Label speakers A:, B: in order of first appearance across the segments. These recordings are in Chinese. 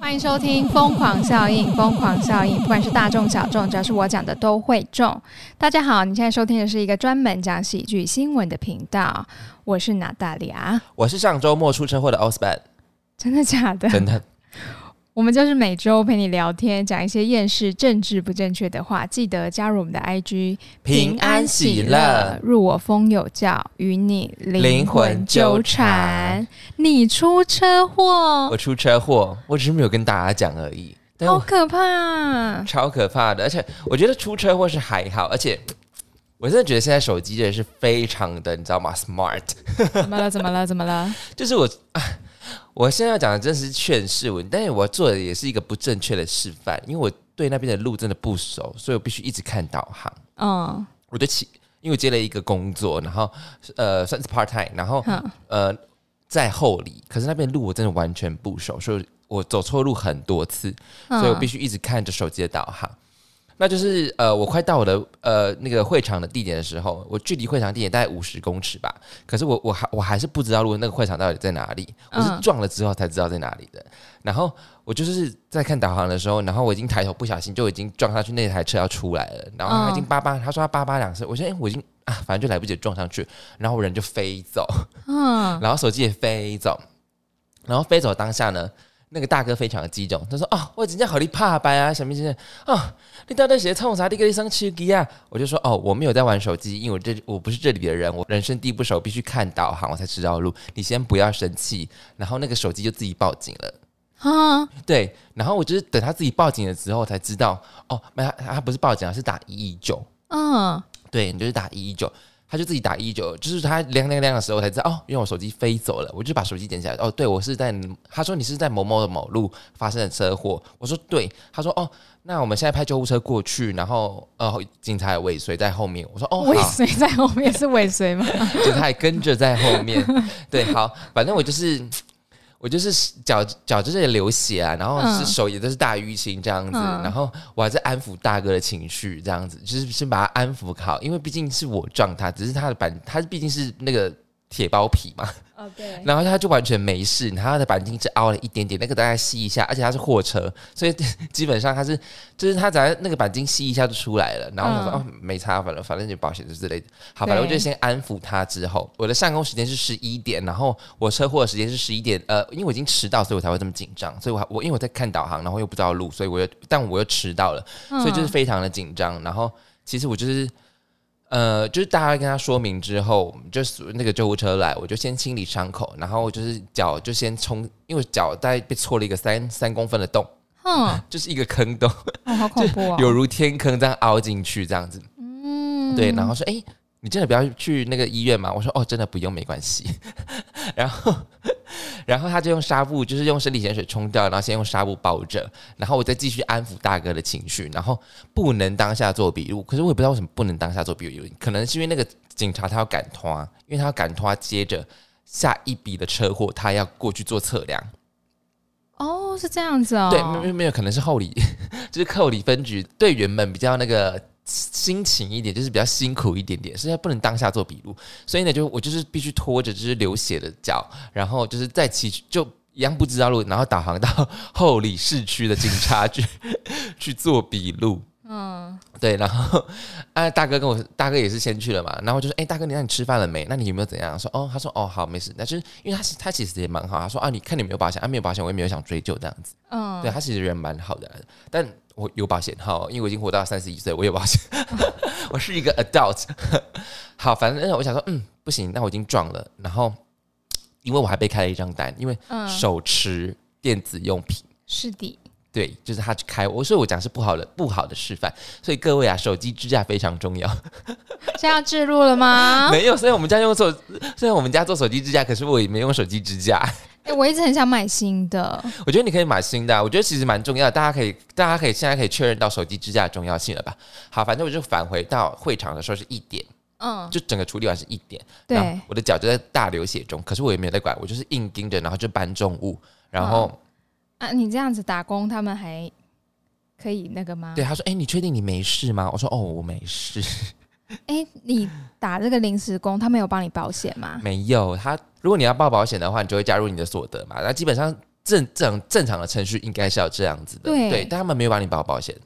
A: 欢迎收听《疯狂效应》，疯狂效应，不管是大众小众，只要是我讲的都会中。大家好，你现在收听的是一个专门讲喜剧新闻的频道，我是娜大利亚。
B: 我是上周末出车祸的 Osbat，
A: 真的假的？
B: 真的，
A: 我们就是每周陪你聊天，讲一些厌世、政治不正确的话。记得加入我们的 IG，
B: 平安喜乐，
A: 入我风有教，与你灵
B: 灵
A: 魂
B: 魂
A: 纠
B: 纠
A: 缠
B: 缠。
A: 你出车祸
B: 我，出车祸，我只是没有跟大家讲而已。但
A: 好
B: 我
A: 可怕、 啊！
B: 超可怕的，而且我觉得出车祸是还好，而且我真的觉得现在手机真的是非常的，你知道吗？Smart，
A: 怎么了？怎么了？怎么了？
B: 就是我啊，我现在要讲的真的是劝世文，但是我做的也是一个不正确的示范，因为我对那边的路真的不熟，所以我必须一直看导航。
A: 嗯
B: 我就起，因为我接了一个工作，然后呃算是 part time，然后
A: 哼
B: 呃在后里，可是那边路我真的完全不熟，所以我走错路很多次，
A: 嗯
B: 所以我必须一直看着手机的导航。那就是呃，我快到我的呃那个会场的地点的时候，我距离会场地点大概五十公尺吧。可是我我还我还是不知道路那个会场到底在哪里，我是
A: 嗯
B: 撞了之后才知道在哪里的。然后我就是在看导航的时候，然后我已经抬头不小心就已经撞上去那台车要出来了，然后他已经
A: 嗯
B: 叭叭，他说他叭叭两声，我现在我已经啊，反正就来不及撞上去，然后我人就飞走，
A: 嗯
B: 然后手机也飞走，然后飞走当下呢，那个大哥非常的激动，他说：“哦，我真的好你怕白啊，什么什么啊，你到底是在冲啥？你跟你生手机啊？”我就说：“哦，我没有在玩手机，因为我这我不是这里的人，我人生地不熟，必须看导航我才知道路。你先不要生气。”然后那个手机就自己报警了。
A: 啊
B: 对，然后我就是等他自己报警了之后才知道，哦，没有他他不是报警啊，是打一一九。
A: 嗯
B: 对，你就是打一一九，他就自己打一一九，就是他亮亮亮的时候我才知道哦，因为我手机飞走了，我就把手机捡起来，哦，对我是在，他说你是在某某的某路发生的车祸，我说对，他说哦，那我们现在派救护车过去，然后呃，警察也尾随在后面，我说哦，
A: 尾
B: 好，
A: 随在后面是尾随吗？
B: 就他还跟着在后面，对，好，反正我就是。我就是脚脚就是流血啊，然后
A: 嗯
B: 是手也都是大淤青这样子，
A: 嗯
B: 然后我还在安抚大哥的情绪，这样子就是先把他安抚好，因为毕竟是我撞他，只是他的板，他毕竟是那个铁包皮嘛，
A: 哦对，
B: 然后他就完全没事，然后他的钣金只凹了一点点，那个大概吸一下，而且他是货车，所以基本上他是就是他只要那个钣金吸一下就出来了，然后我说、
A: 嗯
B: 哦没差，反正反正就保险之类的。好，
A: 对
B: 反正我就先安抚他之后，我的上工时间是十一点，然后我车祸的时间是十一点，呃，因为我已经迟到，所以我才会这么紧张，所以我还我因为我在看导航，然后又不知道路，所以我又但我又迟到了，
A: 嗯
B: 所以就是非常的紧张，然后其实我就是。呃，就是大概跟他说明之后，就是那个救护车来，我就先清理伤口，然后就是脚就先冲，因为脚大概被戳了一个三三公分的洞，
A: 嗯，
B: 就是一个坑洞，
A: 哦好恐怖哦，
B: 有如天坑这样凹进去这样子。
A: 嗯
B: 对，然后说，哎、你真的不要去那个医院吗？我说，哦，真的不用，没关系。 然后，然后他就用纱布，就是用生理盐水冲掉，然后先用纱布包着，然后我再继续安抚大哥的情绪，然后不能当下做笔录。可是我也不知道为什么不能当下做笔录，可能是因为那个警察他要赶拖，啊因为他要赶拖，接着下一笔的车祸，他要过去做测量。
A: 哦是这样子哦，
B: 对，没有没有，可能是后里， 就是扣里分局队员们比较那个辛勤一点，就是比较辛苦一点点，所以他不能当下做笔录，所以呢，就我就是必须拖着就是流血的脚，然后就是再骑就一样不知道路，然后导航到 后里市区的警察局 去做笔录。
A: 嗯
B: 对，然后啊，大哥跟我大哥也是先去了嘛，然后我就说，哎、大哥，你那你吃饭了没？那你有没有怎样？说哦，他说哦好没事，但是因为他是他其实也蛮好，他说啊，你看你有没有保险啊，没有保险我也没有想追究这样子。
A: 嗯
B: 对他其实人蛮好的，但我有保险号，因为我已经活到三十一岁，我有保险， 我是一个 adult。好，反正我想说，嗯，不行，那我已经撞了，然后因为我还被开了一张单，因为
A: 嗯
B: 手持电子用品。
A: 是的，
B: 对，就是他去开我，所以我讲是不好的不好的示范，所以各位啊，手机支架非常重要。
A: 现在要置入了吗？
B: 没有，虽然我们家用手，虽然我们家做手机支架，可是我也没用手机支架。
A: 哎，我一直很想买新的，
B: 我觉得你可以买新的啊、我觉得其实蛮重要的，大家可以，大家可以现在可以确认到手机支架的重要性了吧？好，反正我就返回到会场的时候是一点，
A: 嗯
B: 就整个处理完是一点，
A: 对
B: 然后我的脚就在大流血中，可是我也没有在管，我就是硬盯着，然后就搬重物，然后、
A: 啊，你这样子打工，他们还可以那个吗？
B: 对他说：“哎、你确定你没事吗？”我说：“哦，我没事，
A: 哎，你打这个临时工，他们有帮你保险吗？
B: 没有。他”如果你要报保险的话，你就会加入你的所得嘛，那基本上。正正正常的程序应该是要这样子的，
A: 对
B: 但他们没有帮你保保险，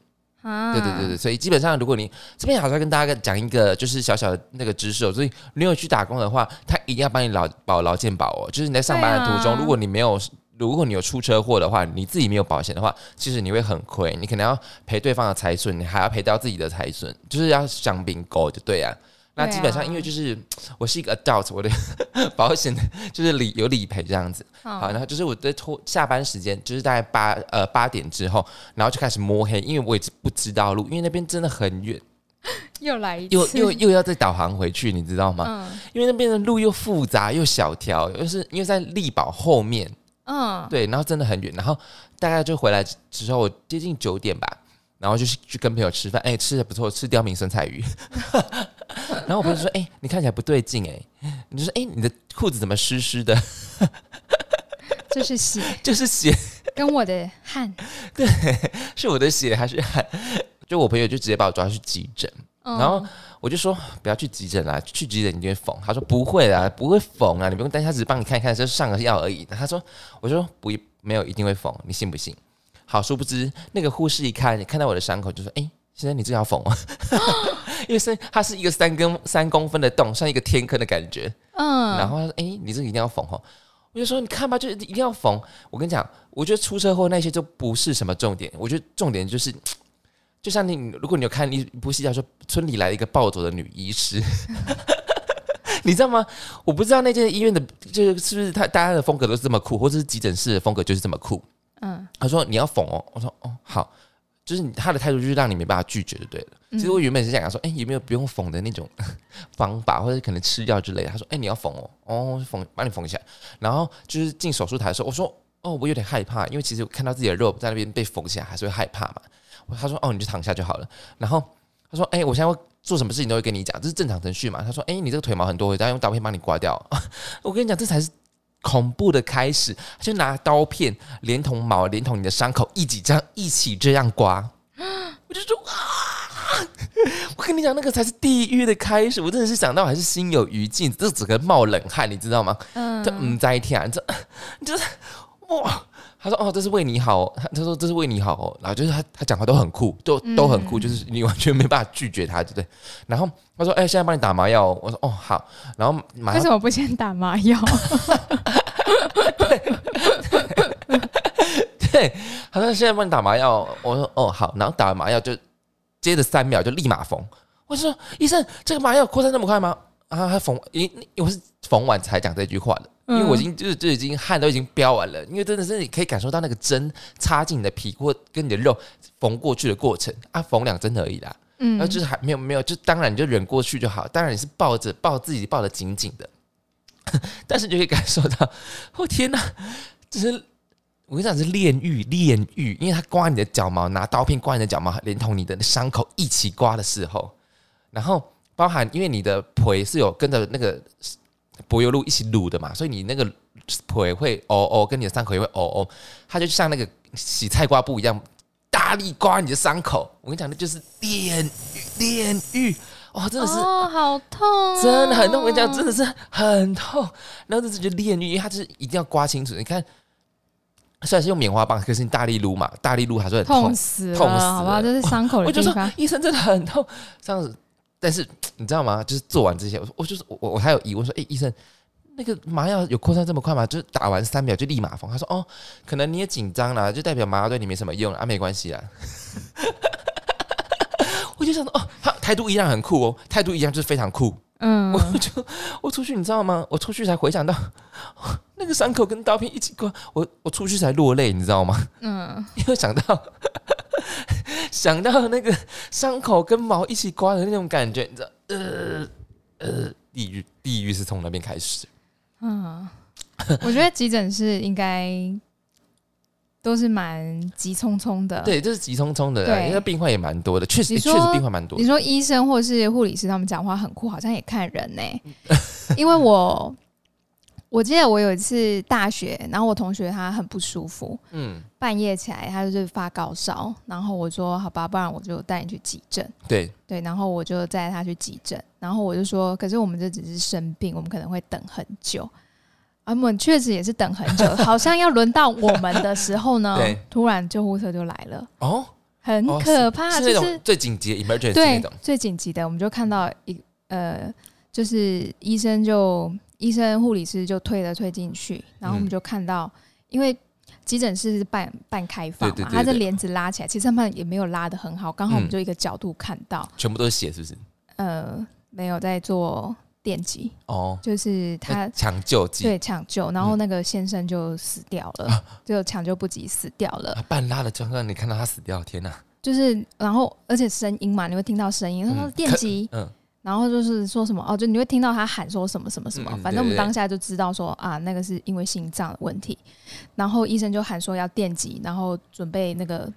A: 啊，
B: 对对对对，所以基本上如果你这边好像跟大家讲一个就是小小的那个知识哦，所以你有去打工的话，他一定要帮你劳保劳健保哦，就是你在上班的途
A: 对
B: 中，
A: 啊
B: 如果你没有。如果你有出车祸的话，你自己没有保险的话，其实你会很亏，你可能要赔对方的财损，你还要赔掉自己的财损，就是要想并购就对啊。那
A: 对啊
B: 基本上，因为就是我是一个 adult，我的 保险就是理有理赔这样子。
A: 好
B: 好，然后就是我在拖下班时间，就是大概八呃八点之后，然后就开始摸黑，因为我也不知道路，因为那边真的很远，
A: 又来一次，
B: 又又又要再导航回去，你知道吗？
A: 嗯
B: 因为那边的路又复杂又小条，又是因为在力宝后面，
A: 嗯，
B: 对，然后真的很远，然后大概就回来之后接近九点吧，然后就是去跟朋友吃饭，哎、吃的不错，吃刁民酸 菜鱼。然后我朋友说，哎、你看起来不对劲，哎，你就说，哎、你的裤子怎么湿湿的？
A: 这是血
B: 就是血
A: 跟我的汗，
B: 是我的血还是汗？就我朋友就直接把我抓去急诊，
A: 嗯
B: 然后我就说不要去急诊啦，去急诊你就会缝。他说不会啦，不会缝啊，你不用担心，他只是帮你看一看，就是上个药而已。他说，我说不一没有一定会缝，你信不信？好，殊不知那个护士一看看到我的伤口就说，哎、先生你这要缝啊， 因为是它是一个三根三公分的洞，像一个天坑的感觉。
A: 嗯，
B: 然后他说：“哎、你这个一定要缝哦。”我就说：“你看吧，就是一定要缝。”我跟你讲，我觉得出车祸那些就不是什么重点，我觉得重点就是，就像你，如果你有看一部戏叫做《村里来了一个暴走的女医师》。你知道吗？我不知道那间医院的，就是是不是他大家的风格都是这么酷，或者是急诊室的风格就是这么酷。
A: 嗯
B: 他说你要缝哦，我说哦好，就是你他的态度就是让你没办法拒绝就对了。
A: 嗯
B: 其实我原本是想跟他说，哎、有没有不用缝的那种方法，或者可能吃药之类的？他说，哎、你要缝哦，哦缝，帮你缝一下。然后就是进手术台的时候，我说，哦，我有点害怕，因为其实我看到自己的肉在那边被缝起来，还是会害怕嘛。我他说，哦，你就躺下就好了。然后他说，哎、我现在会做什么事情都会跟你讲，这是正常程序嘛。他说，哎、你这个腿毛很多，我等下用刀片帮你刮掉。 我跟你讲，这才是恐怖的开始，他就拿刀片连同毛连同你的伤口一起这样一起这样刮。我就说啊，我跟你讲，那个才是地狱的开始。我真的是想到还是心有余悸，这整个冒冷汗，你知道吗？这
A: 嗯，
B: 嗯在天啊，这 你就是哇。他说：“哦，这是为你好哦。”他他说：“这是为你好哦。”然后就是他他讲话都很酷，都都很酷，就是你完全没办法拒绝他，对不对？然后他说：“哎、现在帮你打麻药、哦。”我说：“哦，好。”然后马
A: 为
B: 上
A: 什么不先打麻药？
B: 对，他说现在帮你打麻药，我说哦好，然后打完麻药就接着三秒就立马缝。我说医生，这个麻药扩散那么快吗？啊，他缝，因因为我是缝完才讲这句话的， 因为我已经就是就已经汗都已经飙完了，因为真的是你可以感受到那个针插进你的皮或跟你的肉缝过去的过程啊，缝两针而已啦，
A: 嗯
B: 然后就是还没有没有，就当然你就忍过去就好，当然你是抱着抱自己抱得紧紧的， 但是你就可以感受到， 哦天哪，这是我跟你讲是炼狱炼狱，因为他刮你的脚毛，拿刀片刮你的脚毛，连同你的伤口一起刮的时候，然后包含因为你的腿是有跟着那个柏油路一起撸的嘛，所以你那个腿会哦哦，跟你的伤口也会哦哦，它就像那个洗菜瓜布一样，大力刮你的伤口。我跟你讲，那就是炼狱，炼狱，哇，真的是。
A: 哦，好痛哦，
B: 真的很痛，我跟你讲，真的是很痛。然后这是就炼狱，因为它就是一定要刮清楚。你看，虽然是用棉花棒，可是你大力撸嘛，大力撸还是很
A: 痛死了，
B: 痛死了
A: 好不好？这是伤口
B: 我
A: 的
B: 就
A: 地
B: 说
A: 方，
B: 医生真的很痛，这样子。但是你知道吗？就是做完这些，我说我就是我我还有疑问说，哎、医生，那个麻药有扩散这么快吗？就是打完三秒就立马缝。他说，哦，可能你也紧张啦，就代表麻药对你没什么用啊，没关系啦。 我就想说，哦，他态度一样很酷哦，态度一样就是非常酷。
A: 嗯
B: 我，就我出去，你知道吗？我出去才回想到那个伤口跟刀片一起刮，我我出去才落泪，你知道吗？
A: 嗯，
B: 因 为想到想到那个伤口跟毛一起刮的那种感觉，你知道，呃呃，地狱地狱是从那边开始。
A: 嗯，我觉得急诊室应该都是蛮急匆匆的。，
B: 对，这是急匆匆的啊，
A: 啊对
B: 因为病患也蛮多的，确实
A: 你
B: 确
A: 说
B: 实病患蛮多
A: 你
B: 的。
A: 说医生或是护理师他们讲话很酷，好像也看人 呢、因为我我记得我有一次大学，然后我同学他很不舒服，
B: 嗯，
A: 半夜起来他就是发高烧，然后我说好吧，不然我就带你去急诊。
B: 对，
A: 对，然后我就带他去急诊，然后我就说，可是我们这只是生病，我们可能会等很久。啊，我们确实也是等很 久，好像要轮到我们的时候呢
B: 对，
A: 突然救护车就来了，
B: 哦，
A: 很
B: 哦
A: 可怕，
B: 是那
A: 啊就
B: 种
A: 是
B: 最紧急的 emergency 那
A: 对
B: 种，
A: 最紧急的，我们就看到一呃，就是医生就医生护理师就推了推进去，然后我们
B: 嗯
A: 就看到，因为急诊室是半半开放嘛，
B: 对对对
A: 它这
B: 对
A: 帘子拉起来，其实他们也没有拉的很好，刚好我们
B: 嗯
A: 就一个角度看到，
B: 全部都是血，是不是？
A: 呃，没有在做电击，
B: 哦，
A: 就是他
B: 那嗯抢救机
A: 对抢救，然后那个先生就死掉了，就抢救不及死掉了。
B: 啊，半拉的状况，你看到他死掉，天哪！
A: 就是然后而且声音嘛，你会听到声音，他说
B: 嗯
A: 电
B: 可
A: 击，
B: 嗯
A: 然后就是说什么哦，就你会听到他喊说什么什么什么，
B: 嗯嗯
A: 反正我们
B: 对对对
A: 当下就知道说啊，那个是因为心脏的问题，然后医生就喊说要电击，然后准备那个。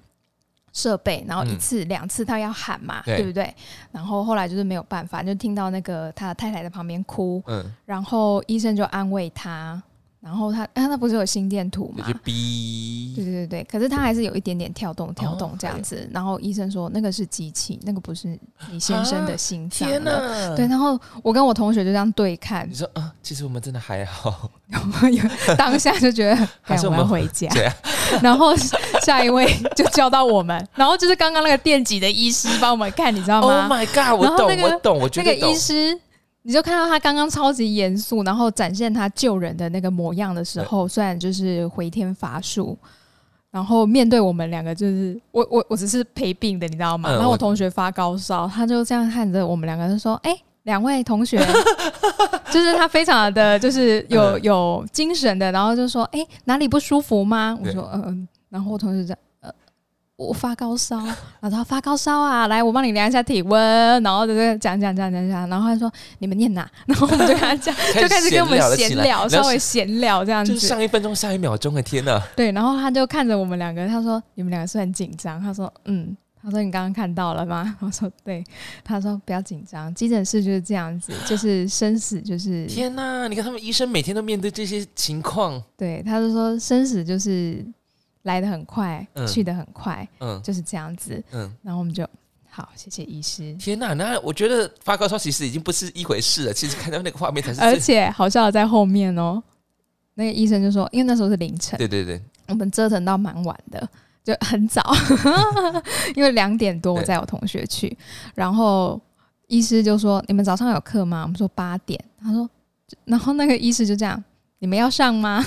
A: 设备，然后一
B: 嗯
A: 次、两次他要喊嘛，
B: 对
A: 对不对？然后后来就是没有办法，就听到那个他的太太在旁边哭，
B: 嗯，
A: 然后医生就安慰他，然后他啊，那不是有心电图
B: 就
A: 吗
B: 是？嗯逼，
A: 啊对对对，可是它还是有一点点跳动跳动
B: 哦
A: 这样子。然后医生说那个是机器，那个不是你先生的心脏
B: 啊天
A: 了。
B: 哪！
A: 对，，然后我跟我同学就这样对看
B: 你，说啊，其实我们真的 还好，
A: 当下就觉得
B: 还
A: 赶
B: 是我
A: 我
B: 们
A: 要回家
B: 对啊。
A: 然后下一位就叫到我们，然后就是刚刚那个电击的医师帮我们看，你知道
B: Oh
A: 吗？
B: my god！我
A: 然后
B: 懂，
A: 那个
B: 我懂，我绝
A: 那个
B: 对懂
A: 医。师，你就看到他刚刚超级严肃，然后展现他救人的那个模样的时候，虽然就是回天乏术，然后面对我们两个，就是我我我只是陪病的，你知道吗？
B: 嗯
A: 然后我
B: 我
A: 同学发高烧，他就这样看着我们两个，就说：“哎、两位同 学，就是他非常的，就是有
B: 嗯
A: 有精神的，然后就说：‘哎、哪里不舒服吗？’我
B: 对
A: 说：‘嗯、嗯。’然后我同学就呃，我发高烧， 然后他发高烧啊，来，我帮你量一下体温，然后就在讲讲讲讲讲，然后他说你们念哪， 然后我们就跟他 讲，就开始跟我们
B: 了
A: 闲
B: 起来
A: 聊，
B: 然
A: 稍
B: 后
A: 微闲聊这样
B: 就是
A: 子，嗯
B: 上一分钟，下一秒钟的啊天呐！
A: 对，然后他就看着我们两个，他说你们两个是很紧张，他说嗯。他说：“你刚刚看到了吗？” 我说：“对。”他说：“不要紧张，急诊室就是这样 子，就是生死就是
B: 天呐！你看他们医生每天都面对这些情况，
A: 对。”他就说：“生死就是来的很快，
B: 嗯
A: 去的很快，
B: 嗯
A: 就是这样子。
B: 嗯”。
A: 然后我们就好，谢谢医师。
B: 天呐，那我觉得发高烧其实已经不是一回事了。其实看到那个画面才是
A: 而
B: 最，
A: 且好笑的在后面哦，那个医生就说，因为那时候是凌晨，
B: 对对对，
A: 我们折腾到蛮晚的，就很早， 因为两点多我
B: 对
A: 载我同学去，然后医师就说你们早上有课吗？我们说八点，他说，然后那个医师就这样。你们要上吗？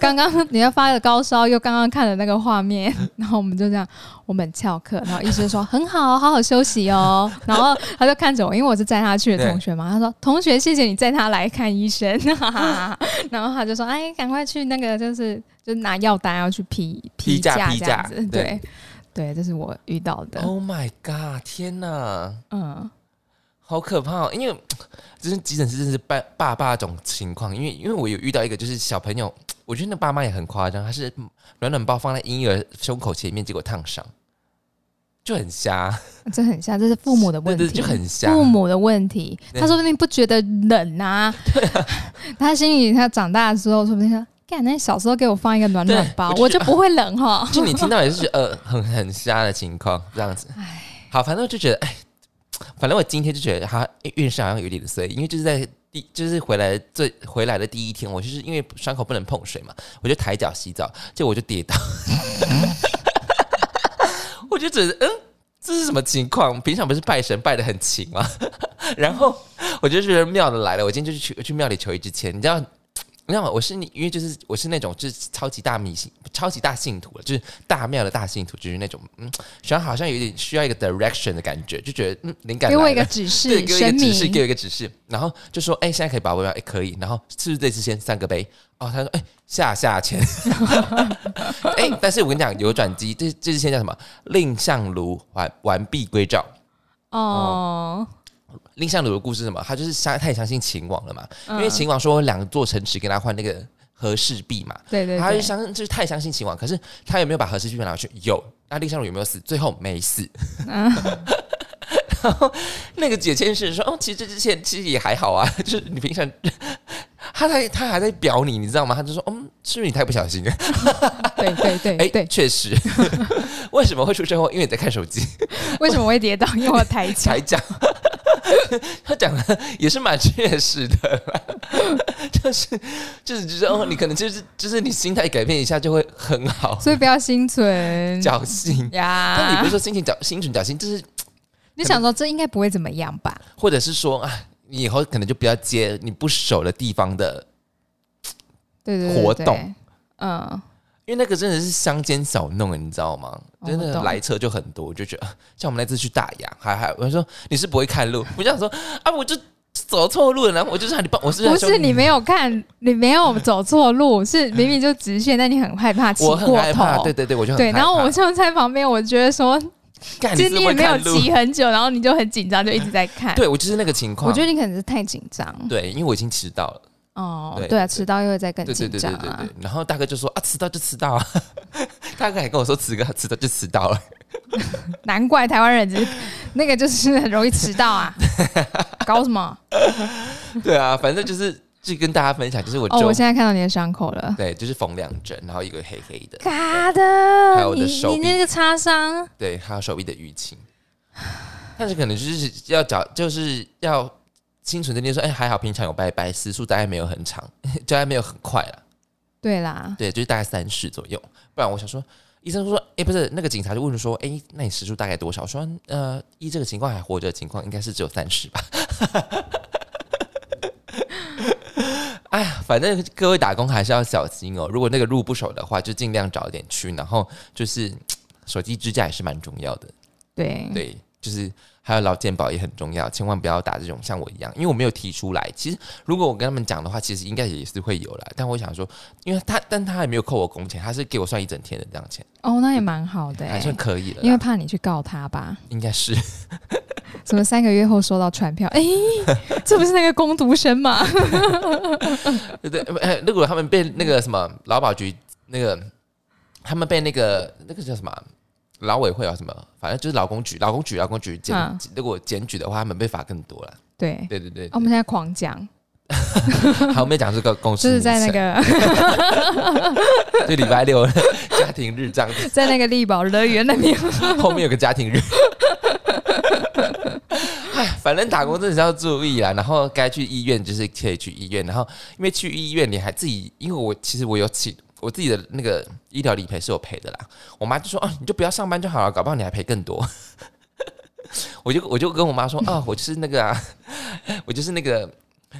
A: 刚刚你要发的高烧，又刚刚看的那个画面， 然后我们就这样，我们翘课，然后医师说很好，好好休息哦。 然后他就看着我，因为我是载他去的同学嘛，他说同学，谢谢你载他来看医生， 哈哈哈。然后他就说哎，赶快去那个就是就拿药单要去批
B: 批假
A: 价
B: 批
A: 这
B: 假
A: 样子，对
B: 对
A: 对，这是我遇到的，
B: Oh my god！天呐，
A: 嗯，
B: 好可怕、哦！因为真是急诊室，真是爸爸爸这种情况。因为因为我有遇到一个，就是小朋友，我觉得那爸妈也很夸张，他是暖暖包放在婴儿胸口前面，结果烫伤，就很瞎，
A: 这很像，这是父母的问
B: 对
A: 题，
B: 对，就很瞎。
A: 父母的问题，
B: 对
A: 他说不定不觉得冷 啊，他心里他长大之后说不定说，干，那小时候给我放一个暖暖
B: 对
A: 包，
B: 我就
A: 我就不会冷 哈。
B: 就你听到也是觉得呃很很瞎的情况这样子。好，反正我就觉得哎，反正我今天就觉得他运势好像有点衰，因为就是在第就是回来最回来的第一天，我就是因为伤口不能碰水嘛，我就抬脚洗澡，结果我就跌倒， 我就觉得嗯。这是什么情况？平常不是拜神拜的很勤吗？ 然后我就觉得庙的来了，我今天就去去庙里求一支签。你知道，你知道吗？我是你，因为就是我是那种就是超级大迷信、超级大信徒了，就是大庙的大信徒，就是那种嗯，想好像有点需要一个 direction 的感觉，就觉得嗯，灵感
A: 给
B: 来
A: 我
B: 了
A: 一个指
B: 对，
A: 示，
B: 给我一个
A: 神
B: 指示，给
A: 明
B: 我一个指示，然后就说，哎、现在可以把我要，哎、可以，然后是不是这次先三个杯？哦，他说，哎、下下签， 哎、但是我跟你讲，有转机，这这支签叫什么？蔺相如完完璧归赵。
A: 哦，
B: 蔺相如的故事是什么？他就是相太相信秦王了嘛，因为
A: 嗯
B: 秦王说两座城池跟他换那个和氏璧嘛，
A: 对对
B: 他就
A: 对，
B: 相就是太相信秦王，可是他有没有把和氏璧拿回去？有。那蔺相如有没有死？最后 没死。
A: 嗯
B: 然后那个解签是说，哦，其实这之前其实也还好啊，就是你平常。他在他还在表你，你知道吗？他就说，嗯，是不是你太不小心了？
A: 对对对
B: 哎、
A: 对对，
B: 确实， 为什么会出车祸？因为你在看手机，
A: 为什么我会跌倒？因为我抬脚
B: 才，讲。他讲的也是蛮确实的啦，就是就是就是哦，你可能就是就是你心态改变一下就会很好，
A: 所以不要心存
B: 侥幸。但你
A: 呀
B: 不是。说心情侥心存侥幸，就是
A: 你想说这应该不会怎么样吧？
B: 或者是说啊，你以后可能就不要接你不熟的地方的，
A: 对对对对
B: 活动，
A: 嗯，
B: 因为那个真的是乡间小弄，啊你知道吗？
A: 哦
B: 真
A: 我
B: 的
A: 懂
B: 来车就很多，我就觉得啊像我们那次去大雅，还还我说你是不会看路，我就想说啊，我就走错路了，然后我啊就让你帮，我是
A: 不
B: 想说
A: 是你没有看，你没有走错路， 是明明就直线，但你很害怕骑
B: 我很
A: 过
B: 害怕，
A: 头
B: 对。对对，我就很
A: 对，
B: 害
A: 然后
B: 怕
A: 我就在旁边，我觉得说，
B: 干
A: 其
B: 你
A: 实你
B: 是不
A: 也
B: 会
A: 没有
B: 看路，
A: 骑很久，然后你就很紧张，就一直在看。
B: 对我就是那个情况，
A: 我觉得你可能是太紧张。
B: 对，因为我已经迟到了，
A: 哦
B: 对，
A: 对啊，
B: 对
A: 迟到又会再更
B: 对对
A: 紧
B: 对
A: 张
B: 对对
A: 啊
B: 对。。然后大哥就说啊，迟到就迟到啊， 大哥还跟我说迟个迟到就迟到了，
A: 难怪台湾人只是 那个就是很容易迟到 啊，搞什么？
B: 对啊，反正就是就跟大家分享，就是我
A: 哦，
B: 周、
A: 我现在看到你的伤口了，
B: 对，就是缝两针，然后一个黑黑的，
A: 嘎
B: 还
A: 的
B: 有，我的
A: 你
B: 手
A: 你
B: 臂
A: 那个擦伤，
B: 对，还有手臂的淤青，但是可能就是要找，就是要清楚这边说，哎，还好平常有拜拜，时速大概没有很长， 大概没有很快啦，
A: 对啦，
B: 对，就是大概三十左右。不然我想说，医生说，哎、不是那个警察就问说，哎、那你时速大概多少？我说，呃，依这个情况还活着的情况，应该是只有三十吧。哎呀，反正各位打工还是要小心哦。如果那个路不熟的话，就尽量早点去，然后就是嘖手机支架也是蛮重要的，
A: 对
B: 对，就是。还有劳健保也很重要，千万不要打这种像我一样，因为我没有提出来。其实如果我跟他们讲的话，其实应该也是会有啦。但我想说，因为他，但他也没有扣我工钱，他是给我算一整天的这样钱，
A: 哦，那也蛮好的欸、
B: 还算可以了啦。
A: 因为怕你去告他吧？
B: 应该是
A: 什么三个月后收到传票？哎、这不是那个工读生吗？
B: 对对，呃如果他们被那个什么劳保局那个，他们被那个那个叫什么啊劳委会啊什么，反正就是劳工局、劳工局、劳工局检，
A: 嗯
B: 如果检举的话，他们被罚更多了。
A: 对，
B: 对对对
A: 啊，我们现在狂讲，
B: 好，我们讲这个公司
A: 就是在那个
B: 对礼拜六 家庭日这样 子，
A: 在那个力宝乐园那边。
B: 后面有个家庭日。哎， 反正打工真的是要注意啦，然后该去医院就是可以去医院，然后因为去医院你还自己，因为我其实我有请我自己的那个医疗理赔是有赔的啦，我妈就说哦、你就不要上班就好了，搞不好你还赔更多。 我就我就跟我妈说哦，我就是那个啊， 我就是那个。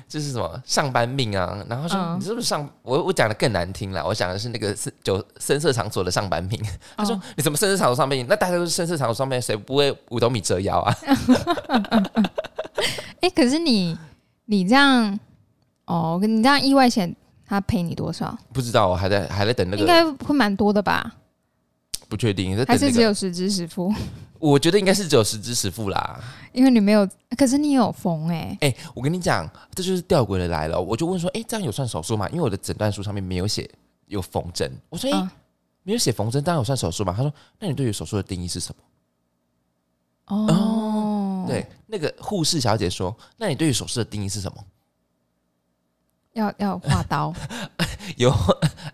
B: 就是什么上班命啊，然后她说、
A: 嗯
B: 你是不是上我我讲的更难听了，我讲的是那个是酒深色场所的上班命。她说、
A: 哦
B: 你怎么深色场所上班命？那大家都是深色场所上班，谁不为五斗米折腰啊？
A: 哎、可是你你这样哦，你这样意外险他赔你多少？
B: 不知道，我还在还在等那
A: 应
B: 个，
A: 该会蛮多的吧？
B: 不确定在
A: 还
B: 等
A: 是
B: 那
A: 只
B: 个。
A: 有实支实付？
B: 我觉得应该是只有十支十付啦。
A: 因为你没有，可是你有缝哎、
B: 哎、我跟你讲，这就是吊诡的来了。我就问说，哎、这样有算手术吗？因为我的诊断书上面没有写有缝针。我说，哎、
A: 嗯
B: 没有写缝针，当然有算手术嘛。他说，那你对于手术的定义是什么？
A: 哦，
B: 对，，那个护士小姐说，那你对于手术的定义是什么？
A: 要要划刀，
B: 有，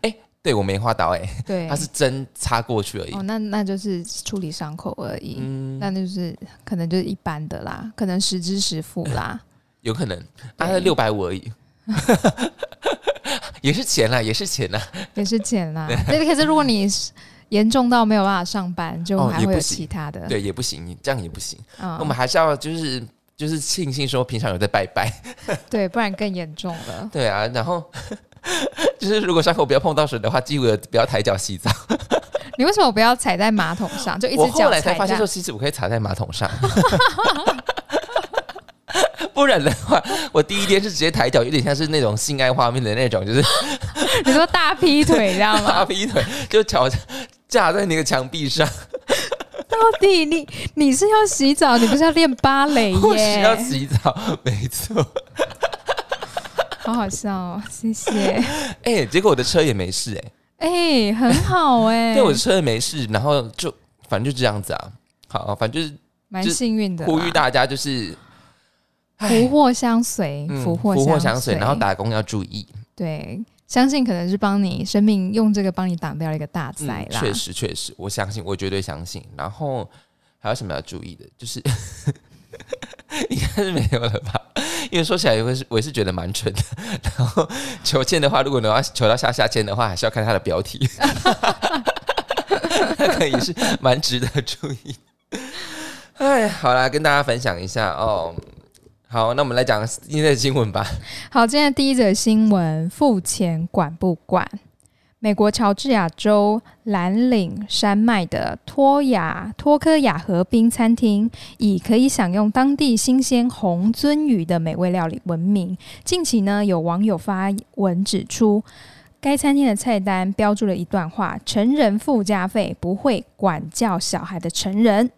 B: 哎、对我梅花刀、哎，
A: 对，
B: 它是针插过去而已。
A: 哦，那那就是处理伤口而已，
B: 嗯，
A: 那就是可能就是一般的啦，可能实支实付 啦。
B: 有可能，大概
A: 对
B: 六百五而已， 也是钱啦，也是钱啦。
A: 也是钱啦。对，可是如果你是严重到没有办法上班，就
B: 哦
A: 还
B: 也不
A: 会有
B: 行
A: 其他的。
B: 对，也不行，这样也不行。
A: 嗯，
B: 我们还是要就是就是庆幸说平常有在拜拜，
A: 对，不然更严重了。
B: 对啊，然后 就是如果伤口不要碰到水的话，记得不要抬脚洗澡。
A: 你为什么不要踩在马桶上？ 就一
B: 我
A: 只
B: 后
A: 脚
B: 来才
A: 踩
B: 发现说，
A: 在。
B: 其实我可以踩在马桶上。 不然的话，我第一天是直接抬脚，有点像是那种性爱画面的那种，就是
A: 你说大劈腿， 你知道吗？
B: 大劈腿，就脚架在那个墙 壁上，
A: 到底你你是要洗澡，你不是要练芭蕾
B: 或许要
A: 耶？
B: 洗澡，没 错。
A: 好好笑哦，谢谢。
B: 哎、结果我的车也没事、
A: 哎、很好哎、
B: 哎，对，我的车也没事，然后就反正就这样子啊。好，反正就是
A: 蛮
B: 就
A: 幸运的啦。
B: 呼吁大家就是，
A: 福祸相随，
B: 嗯
A: 福祸
B: 相
A: 随。
B: 随，然后打工要注意。
A: 对，相信可能是帮你生命用这个帮你挡掉了一个大
B: 嗯
A: 灾啦。
B: 确、实确实，我相信，我绝对相信。然后还有什么要注意的？就是 应该是没有了吧？因为说起来，我是我也是觉得蛮蠢的。然后求签的话，如果你要求到下下签的话，还是要看它的标题， 那个也是蛮值得注意。哎，好啦，跟大家分享一下哦。好，那我们来讲今天的新闻吧。
A: 好，今天的第一则新闻：付钱管不管？美国乔治亚州蓝岭山脉的托雅托科雅河滨餐厅，以可以享用当地新鲜红鳟鱼的美味料理闻名。近期呢，有网友发文指出，该餐厅的菜单标注了一段话：“成人附加费不会管教小孩的成人。”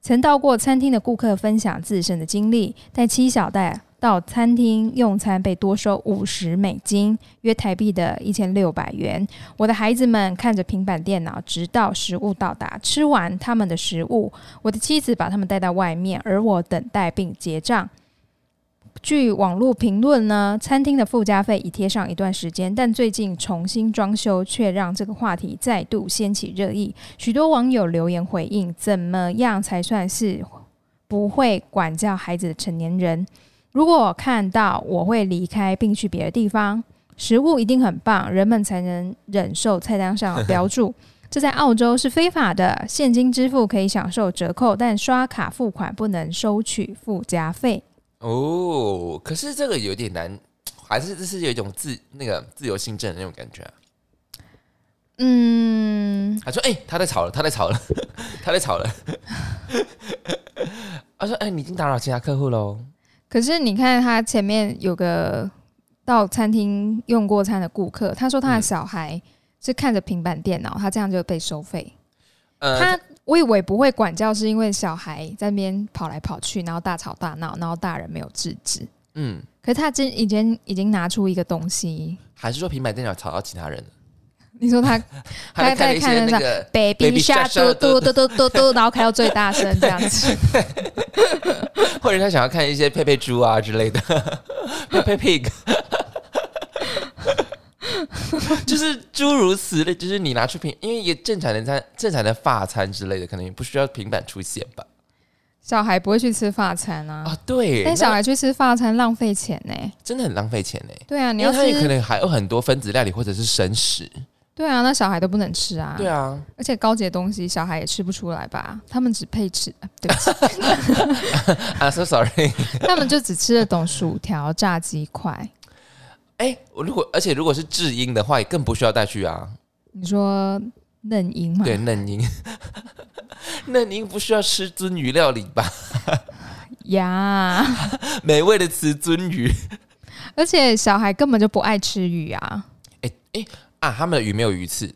A: 曾到过餐厅的顾客分享自身的经历，带妻小带到餐厅用餐被多收五十美金，约台币的一千六百元。我的孩子们看着平板电脑，直到食物到达，吃完他们的食物。我的妻子把他们带到外面，而我等待并结账。据网络评论呢，餐厅的附加费已贴上一段时间，但最近重新装修却让这个话题再度掀起热议。许多网友留言回应：怎么样才算是不会管教孩子的成年人？如果我看到，我会离开并去别的地方。食物一定很棒，人们才能忍受菜单上的标 注。这在澳洲是非法的，现金支付可以享受折扣，但刷卡付款不能收取附加费。
B: 哦，可是这个有点难，还是这是有一种自那个自由新政的那种感觉、啊。
A: 嗯，
B: 他说：“哎、他在吵了，他在吵了， 他在吵了。”他说：“哎、你已经打扰其他客户喽。
A: 可是你看他前面有个到餐厅用过餐的顾客，他说他的小孩是看着平板电脑，他这样就被收费。”
B: 呃，
A: 他我以为不会管教，是因为小孩在那边跑来跑去，然后大吵大闹，然后大人没有制止。
B: 嗯，
A: 可是他今已经已经拿出一个东西，
B: 还是说平板电脑吵到其他人了？
A: 你说 他
B: 他
A: 他
B: 在
A: 在
B: 看一些
A: 看
B: 那
A: 那
B: 个
A: baby
B: Baby
A: shark
B: shark
A: 嘟嘟嘟 嘟嘟嘟，然后开到最大声这样子。
B: 或者他想要看一些佩佩猪啊之类的，佩佩 pig，就是诸如此类，就是你拿出平，因为也正常的餐、正常的法餐之类的，可能也不需要平板出现吧。
A: 小孩不会去吃法餐啊，
B: 啊，对，
A: 但小
B: 那
A: 孩去吃法餐浪费钱呢、
B: 真的很浪费钱呢。
A: 对啊，你
B: 因
A: 要
B: 为它也可
A: 吃
B: 能还有很多分子料理或者是生食。
A: 对啊，那小孩都不能吃啊。
B: 对啊，
A: 而且高级的东西小孩也吃不出来吧？他们只配吃，呃对 不起，
B: 啊，so sorry。
A: 他们就只吃得懂薯条、炸鸡块。
B: 哎，我如果而且如果是智英的话，也更不需要带去啊。
A: 你说嫩鹰嘛？
B: 对，嫩鹰， 嫩鹰不需要吃鳟鱼料理吧？
A: 呀，
B: 美味的词鳟鱼。
A: 而且小孩根本就不爱吃鱼啊，
B: 哎哎啊，他们的鱼没有鱼刺。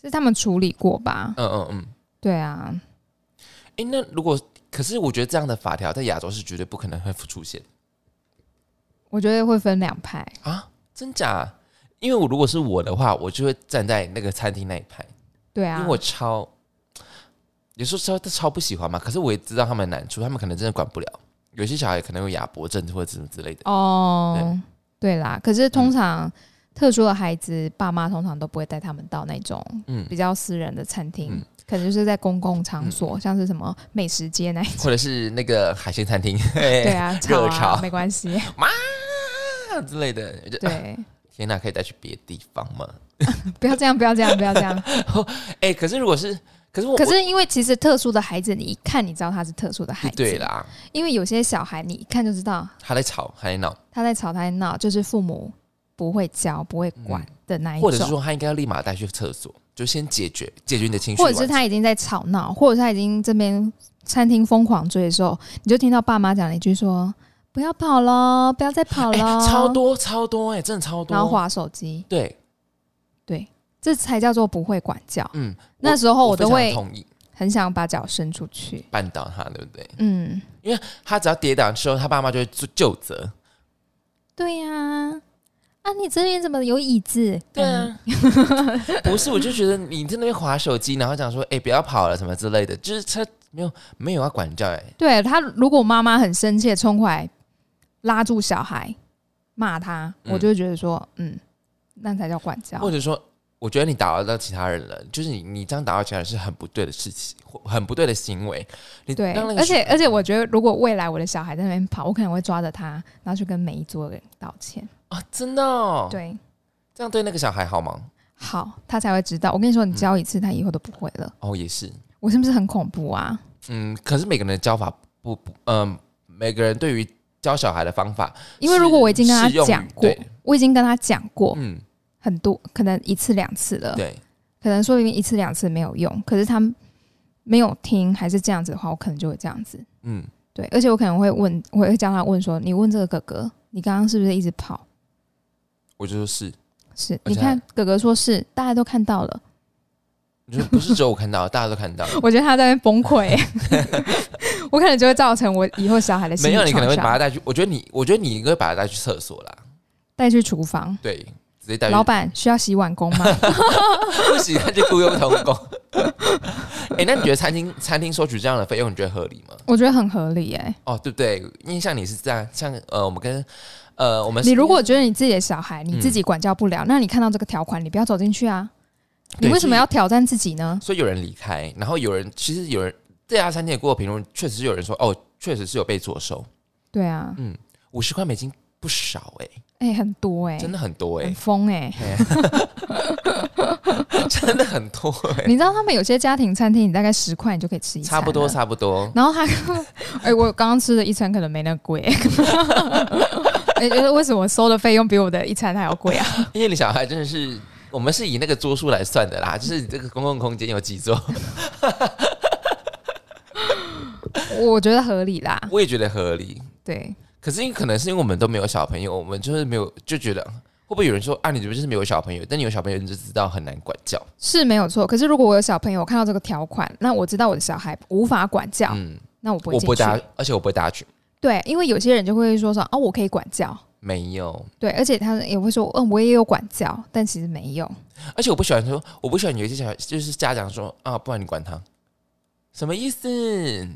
A: 是他们处理过吧？
B: 嗯嗯嗯。
A: 对啊，
B: 哎，那如果可是我觉得这样的法条在亚洲是绝对不可能会出现
A: 我觉得会分两派。
B: 啊，真假？因为我如果是我的话，我就会站在那个餐厅那一派。
A: 对
B: 因
A: 啊
B: 为，我超，有时候超超不喜欢嘛。可是我也知道他们的难处，他们可能真的管不了。有些小孩可能有亚伯症或者什么之类的。
A: 哦，对啦，可是通常
B: 嗯
A: 特殊的孩子，爸妈通常都不会带他们到那种
B: 嗯，
A: 比较私人的餐厅。
B: 嗯
A: 可能就是在公共场所，像是什么美食街那一种。
B: 或者是那个海鲜餐厅，
A: 对
B: 对
A: 啊，
B: 热
A: 吵啊
B: 炒
A: 没关系。
B: 之类的。我就啊
A: 对，
B: 天哪，可以带去别的地方吗？
A: 不要这样，不要这样，不要这 样。
B: 哎、可是如果是，可是我
A: 可
B: 我
A: 是因为其实特殊的孩子，你一看你知道他是特殊的孩子，
B: 对。啦，
A: 因为有些小孩你一看就知道
B: 他在吵，他在闹，
A: 他在吵，他在闹，就是父母不会教、不会管的那一种，
B: 嗯或者是说他应该要立马带去厕所，就先解决解决你的情绪
A: 或
B: 完
A: 者是
B: 整，
A: 他已经在吵闹，或者是他已经这边餐厅疯狂追的时候，你就听到爸妈讲了一句说：“不要跑喽，不要再跑
B: 哎
A: 喽、
B: 超，多超多哎、真的超多。
A: 然后划手机，
B: 对，
A: 对，这才叫做不会管教。
B: 嗯，
A: 那时候
B: 我
A: 都
B: 非
A: 会
B: 常同意
A: 很想把脚伸出去。
B: 绊倒他，对不对？
A: 嗯，
B: 他只要跌倒之后，他爸妈就会就就责。
A: 对呀、啊，你这边怎么有椅子？
B: 对啊，
A: 嗯
B: 不是，我就觉得你在那边划手机，然后讲说，哎、不要跑了什么之类的，就是他没有没有要管教、哎，
A: 对他，如果妈妈很生气地冲过来拉住小孩骂他，
B: 嗯
A: 我就会觉得说，嗯，那才叫管教
B: 或。者说，我觉得你打扰到其他人了，就是你你这样打扰其他人是很不对的事情，或很不对的行为。你
A: 对，
B: 让那个
A: 而且而且我觉得，如果未来我的小孩在那边跑，我可能会抓着他，然后去跟每一桌的人道歉。
B: 啊，真的、哦，，
A: 对，
B: 这样对那个小孩好吗？
A: 好，他才会知道。我跟你说，你教一次，他以后都不会了。
B: 哦，也是，
A: 我是不是很恐怖啊？
B: 嗯，可是每个人的教法不不，嗯、每个人对于教小孩的方法，
A: 因为如果我已经跟他
B: 适用于
A: 讲过呃
B: 对，
A: 我已经跟他讲过
B: 嗯，
A: 很多，可能一次两次了，
B: 对，
A: 可能说不定一次两次没有用，可是他没有听，还是这样子的话，我可能就会这样子。
B: 嗯，
A: 对，而且我可能会问，我会叫他问说：“你问这个哥哥，你刚刚是不是一直跑？
B: 我就说是，
A: 是，
B: 而且
A: 你看哥哥说是，大家都看到了。
B: 我觉得不是只有我看到， 大家都看到。”
A: 我觉得他在那边崩溃， 我可能就会造成我以后小孩的心
B: 没
A: 理
B: 有，你可能
A: 创
B: 会把
A: 伤
B: 他。带去。我觉得你，我觉得你应该把他带去厕所啦。
A: 带去厨房，
B: 对，直接带去。
A: 老板需要洗碗工吗？
B: 不行，他就雇佣童工。 哎、那你觉得餐厅餐厅收取这样的费用，你觉得合理吗？
A: 我觉得很合理哎、
B: 哦，对不对？因为像你是这样，像呃，我们跟呃，我们
A: 你
B: 是
A: 如果觉得你自己的小孩
B: 嗯
A: 你自己管教不了，那你看到这个条款，你不要走进去啊！
B: 对
A: 你为什么要挑战自己呢？
B: 所以有人离开，然后有人其实有人这家餐厅的给我评论，确实是有人说哦，确实是有被坐收，
A: 对啊，
B: 五十块美金不少哎、
A: 哎、很多哎、
B: 真的很多哎、
A: 很疯哎、
B: 真的很多哎、
A: 你知道他们有些家庭餐厅，你大概十块你就可以吃一餐
B: 差
A: 了，
B: 不多差不多。
A: 然后他， 哎、我刚刚吃的一餐可能没那贵、 哎、觉得为什么收的费用比我的一餐还要贵啊？
B: 因为你小孩真的是，我们是以那个桌数来算的啦，就是你这个公共空间有几桌，
A: 我觉得合理啦，
B: 我也觉得合理。
A: 对，
B: 可是因为可能是因为我们都没有小朋友，我们就是没有就觉得会不会有人说啊，你这边就是没有小朋友，但你有小朋友你就知道很难管教。
A: 是没有错。可是如果我有小朋友，我看到这个条款，那我知道我的小孩无法管教，
B: 嗯，
A: 那我啊不会
B: 我
A: 进
B: 不会
A: 去。
B: 搭，而且我不会搭群，
A: 对，因为有些人就会说说哦，我可以管教，
B: 没有，
A: 对，而且他也会说，嗯，我也有管教，但其实没有。
B: 而且我不喜欢说，我不喜欢有一些小孩就是家长说啊，不然你管他，什么意思？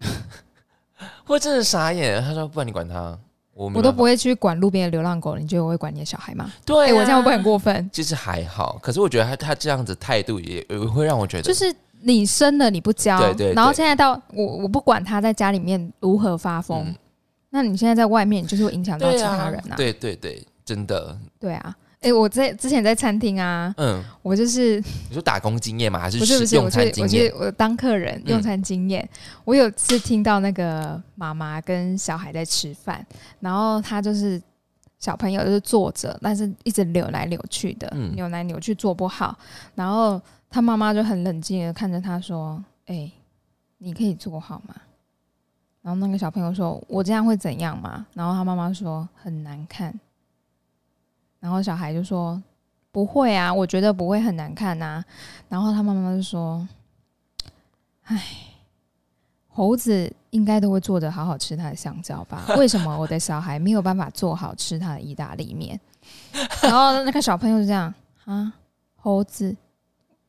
B: 我真的傻眼，他说不然你管他，我没
A: 我都
B: 办
A: 不会去管路边的流浪狗，你觉得我会管你的小孩吗？
B: 法对、
A: 哎、
B: 啊
A: 我这样会不会很过分？
B: 其实还好，可是我觉得他他这样子态度也也会让我觉得，
A: 就是你生了你不教，
B: 对对对
A: 然后现在到我我不管他在家里面如何发疯，
B: 嗯
A: 那你现在在外面你就是会影响到
B: 对
A: 其他人啊，
B: 对对对，真的，
A: 对啊。哎、我在之前在餐厅啊，
B: 嗯，
A: 我就是
B: 你说打工经验吗？还是
A: 不是不是，
B: 用
A: 我去
B: 餐
A: 我
B: 经验？
A: 去我当客人
B: 嗯
A: 用餐经验，我有次听到那个妈妈跟小孩在吃饭，然后他就是小朋友就是坐着，但是一直扭来扭去的，
B: 嗯
A: 扭来扭去坐不好，然后他妈妈就很冷静的看着他说：“哎、你可以坐好吗？”然后那个小朋友说：“我这样会怎样嘛？”然后他妈妈说：“很难看。”然后小孩就说：“不会啊，我觉得不会很难看呐、然后他妈妈就说：“唉，猴子应该都会坐着好好吃他的香蕉吧？为什么我的小孩没有办法做好吃他的意大利面？”然后那个小朋友就这样啊，猴子。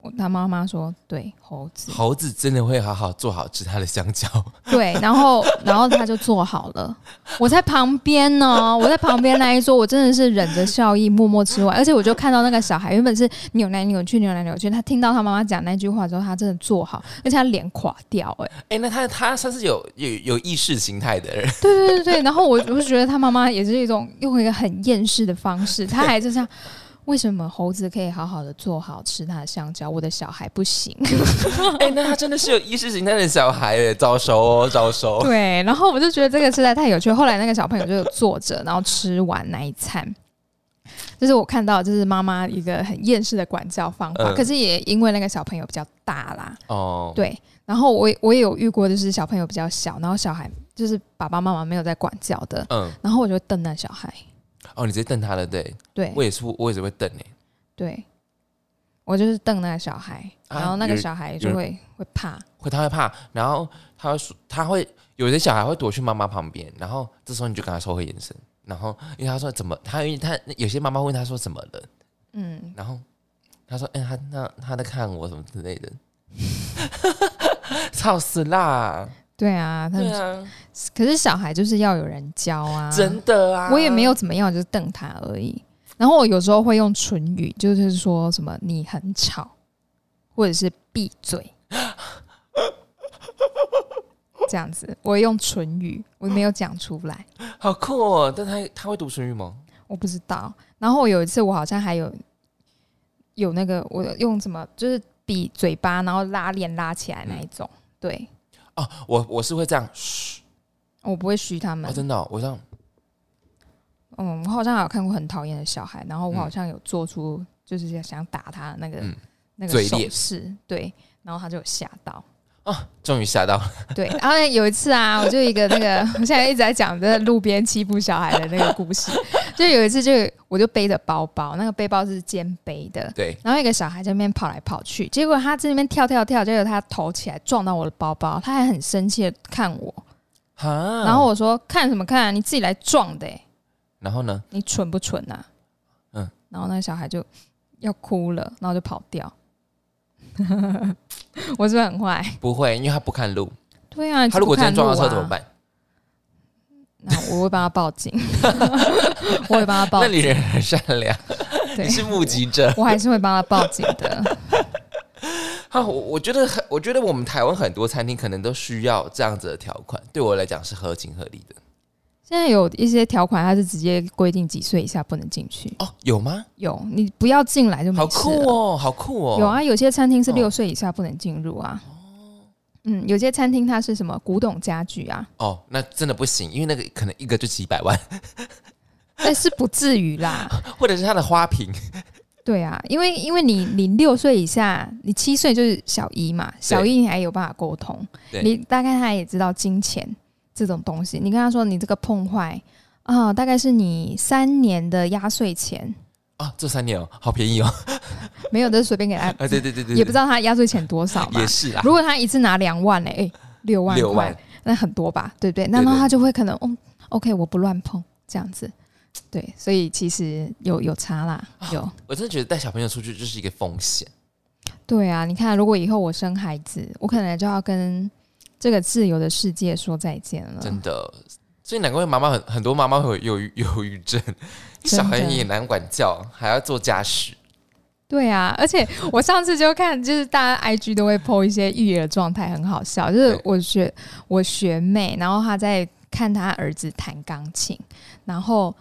A: 我他妈妈说：“对，猴子。”
B: 猴子真的会好好做好吃它的香蕉，
A: 对，然后然后他就坐好了，我在旁边呢，我在旁边那一桌，我真的是忍着笑意默默吃完，而且我就看到那个小孩原本是扭来扭去、扭来扭去，他听到他妈妈讲那句话之后，他真的坐好，而且他脸垮掉、欸，哎，
B: 哎、那他他算是有有有意识形态的人，
A: 对对对对，然后我我就觉得他妈妈也是一种用一个很厌世的方式，他还就这样。 为什么猴子可以好好的做好吃它的香蕉，我的小孩不行？
B: 哎、那他真的是有意识形态的小孩耶，早熟哦，早 熟。
A: 对，然后我就觉得这个实在太有趣了。后来那个小朋友就坐着，然后吃完那一餐。这是我看到，就是妈妈一个很厌世的管教方法，
B: 嗯
A: 可是也因为那个小朋友比较大啦，
B: 哦，
A: 对。然后我也我也有遇过，就是小朋友比较小，然后小孩就是爸爸妈妈没有在管教的，
B: 嗯，
A: 然后我就会瞪那小孩，
B: 哦，你直接瞪他了，对
A: 对
B: 我也是，我也是会瞪哎、
A: 对，我就是瞪那个小孩，
B: 啊
A: 然后那个
B: 有
A: 小孩就
B: 啊有
A: 会会怕，
B: 会他会怕，然后他会说他会有些小孩会躲去妈妈旁边，然后这时候你就跟他收回眼神，然后因为他说怎么，他因为他有些妈妈问他说怎么了，
A: 嗯，
B: 然后他说：“哎、他那他在看我什么之类的， 操死啦！
A: 对啊，他们
B: 对啊，
A: 可是小孩就是要有人教啊，
B: 真的啊，
A: 我也没有怎么样，就是瞪他而已。然后我有时候会用唇语，就是说什么你很吵，或者是闭嘴， 这样子。我用唇语，我没有讲出来，
B: 好酷哦！但他他会读唇语吗？
A: 我不知道。然后有一次我好像还有有那个我用什么，就是比嘴巴，然后拉链拉起来那一种。对，
B: 哦，我我是会这样，嘘，
A: 我不会嘘他们
B: 哦，。真的哦、我这样，
A: 嗯，我好像还有看过很讨厌的小孩，然后我
B: 嗯
A: 好像有做出就是想打他的那个、
B: 嗯
A: 那个
B: 嘴
A: 手
B: 裂
A: 势，对，然后他就有吓到。
B: 终于吓到 了，
A: 对，然后有一次啊，我就一个那个，我现在一直在讲在路边欺负小孩的那个故事。就有一次就，我就背着包包，那个背包是肩背的，
B: 对，
A: 然后一个小孩在那边跑来跑去，结果他在那边跳跳跳，结果他头起来撞到我的包包，他还很生气的看我，
B: 哈，
A: 然后我说看什么看、啊，你自己来撞的欸、
B: 然后呢？
A: 你蠢不蠢啊？嗯
B: 嗯，
A: 然后那个小孩就要哭了，然后就跑掉。 我是不是很坏？
B: 不会，因为他不看路。
A: 对啊，你
B: 他如果
A: 不
B: 今
A: 看
B: 天撞到
A: 路啊
B: 车怎么？办？
A: 那我会帮他报 警，我会帮他报
B: 那，你人很善良，
A: 对
B: 你，是目击者。
A: 我还是会帮他报警的。
B: 啊，我我觉得很，我觉得我们台湾很多餐厅可能都需要这样子的条款，对我来讲是合情合理的。
A: 现在有一些条款，它是直接规定几岁以下不能进去，
B: 哦，有吗？
A: 有你不要进来就没
B: 好
A: 事
B: 酷
A: 了。
B: 哦，好酷哦。
A: 有，啊，有些餐厅是
B: 哦
A: 六岁以下不能进入啊。嗯，有些餐厅它是什么古董家具啊，
B: 哦，那真的不行，因为那个可能一个就几百万，
A: 但是不至于啦。
B: 或者是它的花瓶。
A: 对啊，因为因为你你六岁以下，你七岁就是小一嘛，小一你还有办法沟通，
B: 对
A: 你大概他也知道金钱这种东西。你跟他说你这个碰坏啊、大概是你三年的压岁钱，
B: 啊，这三年哦，好便宜哦！
A: 没有的随便给他，
B: 啊，对对对 对，
A: 也不知
B: 道
A: 道他压岁钱多少嘛
B: 也。是啊，
A: 如果他一次拿两万嘞、哎，六万
B: 六
A: 块
B: 万，
A: 那很多吧，对不对？那然后他就会可能，嗯，OK，我不乱碰这样子。对，所以其实有有差啦，有。
B: 我真的觉得带小朋友出去就是一个风险。
A: 对啊，你看，如果以后我生孩子，我可能就要跟这个自由的世界说再见了。
B: 真的。所以难怪妈妈很很多妈妈会有忧郁 忧郁症，
A: 真的
B: 小孩也难管教，还要做家事。
A: 对啊，而 且我上次就看，就是大家 IG 都会 po 一些育儿状态，很好笑。就是
B: 对
A: 我学我学妹，然后她在看她儿子弹钢琴，然后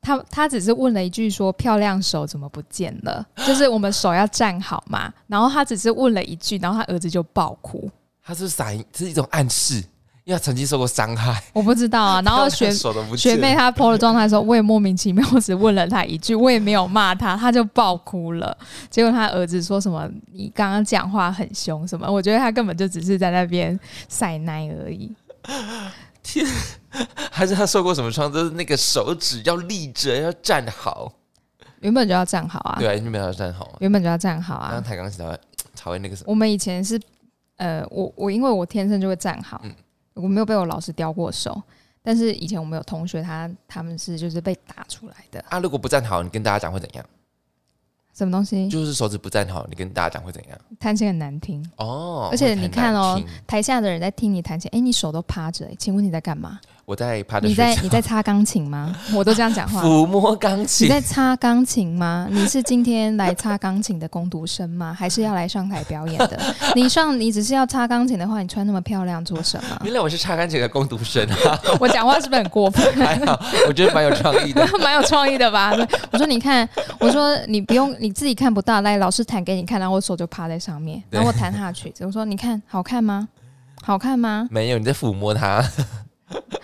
A: 她她只是问了一句说：“漂亮手怎么不见了？”就是我们手要站好嘛。然后她只是问了一句，然后她儿子就爆哭。
B: 他是不是撒是一种暗示，因为他曾经受过伤害，
A: 我不知道啊。然后学
B: 手都不
A: 学
B: 见
A: 妹
B: 了。
A: 她 PO 的状态的时候，我也莫名其妙，我 只问了她一句，我也没有骂她，她就爆哭了。结果她儿子说什么“你刚刚讲话很凶”什么，我觉得她根本就只是在那边晒奶而已。
B: 还是他受过什么创伤？就是那个手指要立着，要站好。
A: 原本就要站好啊，
B: 对啊，你没有要站好啊。
A: 原本就要站好
B: 刚
A: 啊
B: 刚。弹钢琴才会才会那个什么。
A: 我们以前是，呃，我我因为我天生就会站好，
B: 嗯
A: 我没有被我老师雕过手。但是以前我们有同学他他们是就是被打出来的，
B: 啊，如果不站好，你跟大家讲会怎样？
A: 什么东西
B: 就是手指不站好，你跟大家讲会怎样？
A: 弹琴很难听，
B: 哦，
A: 而且
B: 会很
A: 你看哦
B: 难听，
A: 台下的人在听你弹琴，哎、你手都趴着、诶请问你在干嘛？
B: 我在趴着
A: 你在
B: 睡
A: 你在擦钢琴吗？我都这样讲
B: 觉
A: 话。
B: 抚摸钢
A: 你
B: 琴。
A: 在擦钢琴吗？你是今天来擦钢琴的工读生吗？还是要来上台表演的？你上你只是要擦钢琴的话，你穿那么漂亮做什么？
B: 原来我是擦干净的工读生啊，
A: 我讲话是不是很过分？
B: 还好，我觉得蛮有创意的。
A: 蛮有创意的吧？我说你看，我说你不用你自己看不到，来老师弹给你看，然后我手就趴在上面，
B: 对
A: 然后我弹他的曲子。我说你看好看吗？好看吗？
B: 没有，你在抚摸它。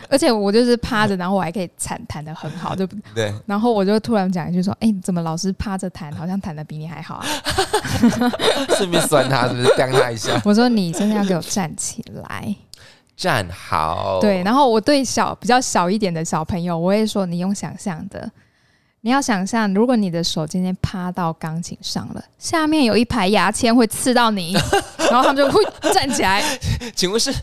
A: 而且我就是趴着，然后我还可以弹弹的很好，就
B: 对，
A: 然后我就突然讲一句说：“哎、怎么老师趴着弹，好像弹的比你还好啊
B: 顺便酸它，是不是？当它 一下，？”
A: 我说：“你真的要给我站起来。
B: 站 好。
A: 对，，然后我对小比较小一点的小朋友，我会说：“你用想象的，你要想象，如果你的手今天趴到钢琴上了，下面有一排牙签会刺到你，然后他们就会站起来。
B: 请问是，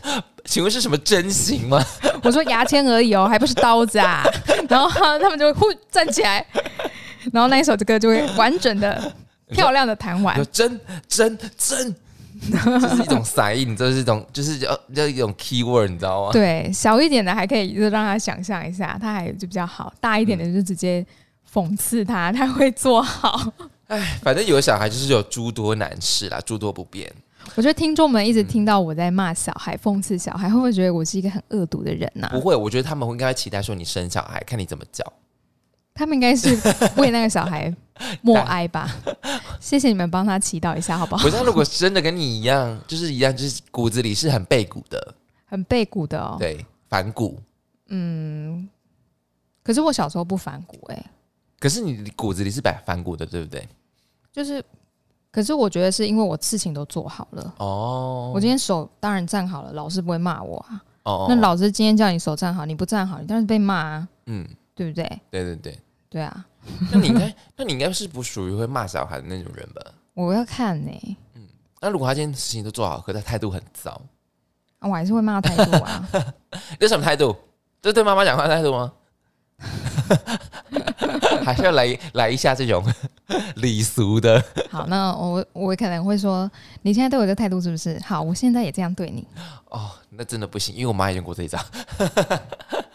B: 请问是什么针型吗？
A: 我说牙签而已哦，还不是刀子啊。 然后他们就会站起来，然后那一首歌就会完整的、漂亮的弹完
B: 有。针针针，这是一种散音，这是一种就是呃，这是一种 keyword，你知道吗？嗯
A: 对，小一点的还可以，就让他想象一下，他还就比较好；大一点的就直接讽刺他， 他会做好。
B: 反正有的小孩就是有诸多难事啦，诸多不便。
A: 我觉得听众们一直听到我在骂小孩、讽刺小孩，会不会觉得我是一个很恶毒的人啊呐、
B: 不会，我觉得他们会应该期待说你生小孩，看你怎么教。
A: 他们应该是为那个小孩默哀 吧。谢谢你们帮他祈祷一下，好不好
B: 我？知道，如果真的跟你一样，就是一样，就是骨子里是很背骨的，
A: 很背骨的哦。
B: 对，反骨。
A: 嗯，可是我小时候不反骨哎、
B: 可是你骨子里是反反骨的，对不对？
A: 就是，可是我觉得是因为我事情都做好了。
B: 哦，
A: 我今天手当然站好了，老师不会骂我啊。
B: 哦
A: 那老师今天叫你手站好，你不站好，你当然被骂啊，
B: 嗯，
A: 对不对？
B: 对 对对，
A: 对啊，
B: 那你应该，那你应该是不属于会骂小孩的那种人吧？
A: 我要看呢、
B: 那如果他今天事情都做好，可他态度很糟，
A: 啊我还是会骂态度啊。
B: 这什么态度？这是对妈妈讲话的态度吗？ 还是要来来一下这种礼俗的？
A: 好，那我我可能会说，你现在对我的态度是不是？好，我现在也这样对你，
B: 哦，那真的不行，因为我妈也用过这一招，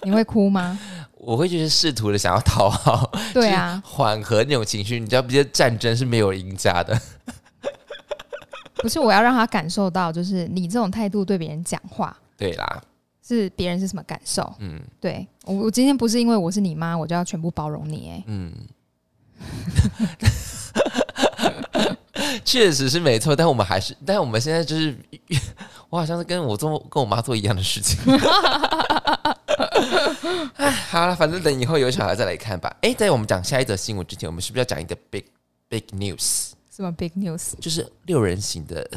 A: 你会哭 吗？
B: 我会就是试图的想要讨好，
A: 对啊，
B: 就是缓和那种情绪。你知道，毕竟战争是没有赢家的，
A: 不是我要让他感受到，就是你这种态度对别人讲话
B: 对啦，
A: 是别人是什么感受？
B: 嗯
A: 对我，我今天不是因为我是你妈，我就要全部包容你、哎，
B: 嗯， 确实是没错，但我们还是，但我们现在就是， 我好像是跟我做跟我妈做一样的事情。 哎，好了，反正等以后有小孩再来看吧。哎、在我们讲下一则新闻之前，我们是不是要讲一个 big big news？
A: 什么 big news？
B: 就是六人行的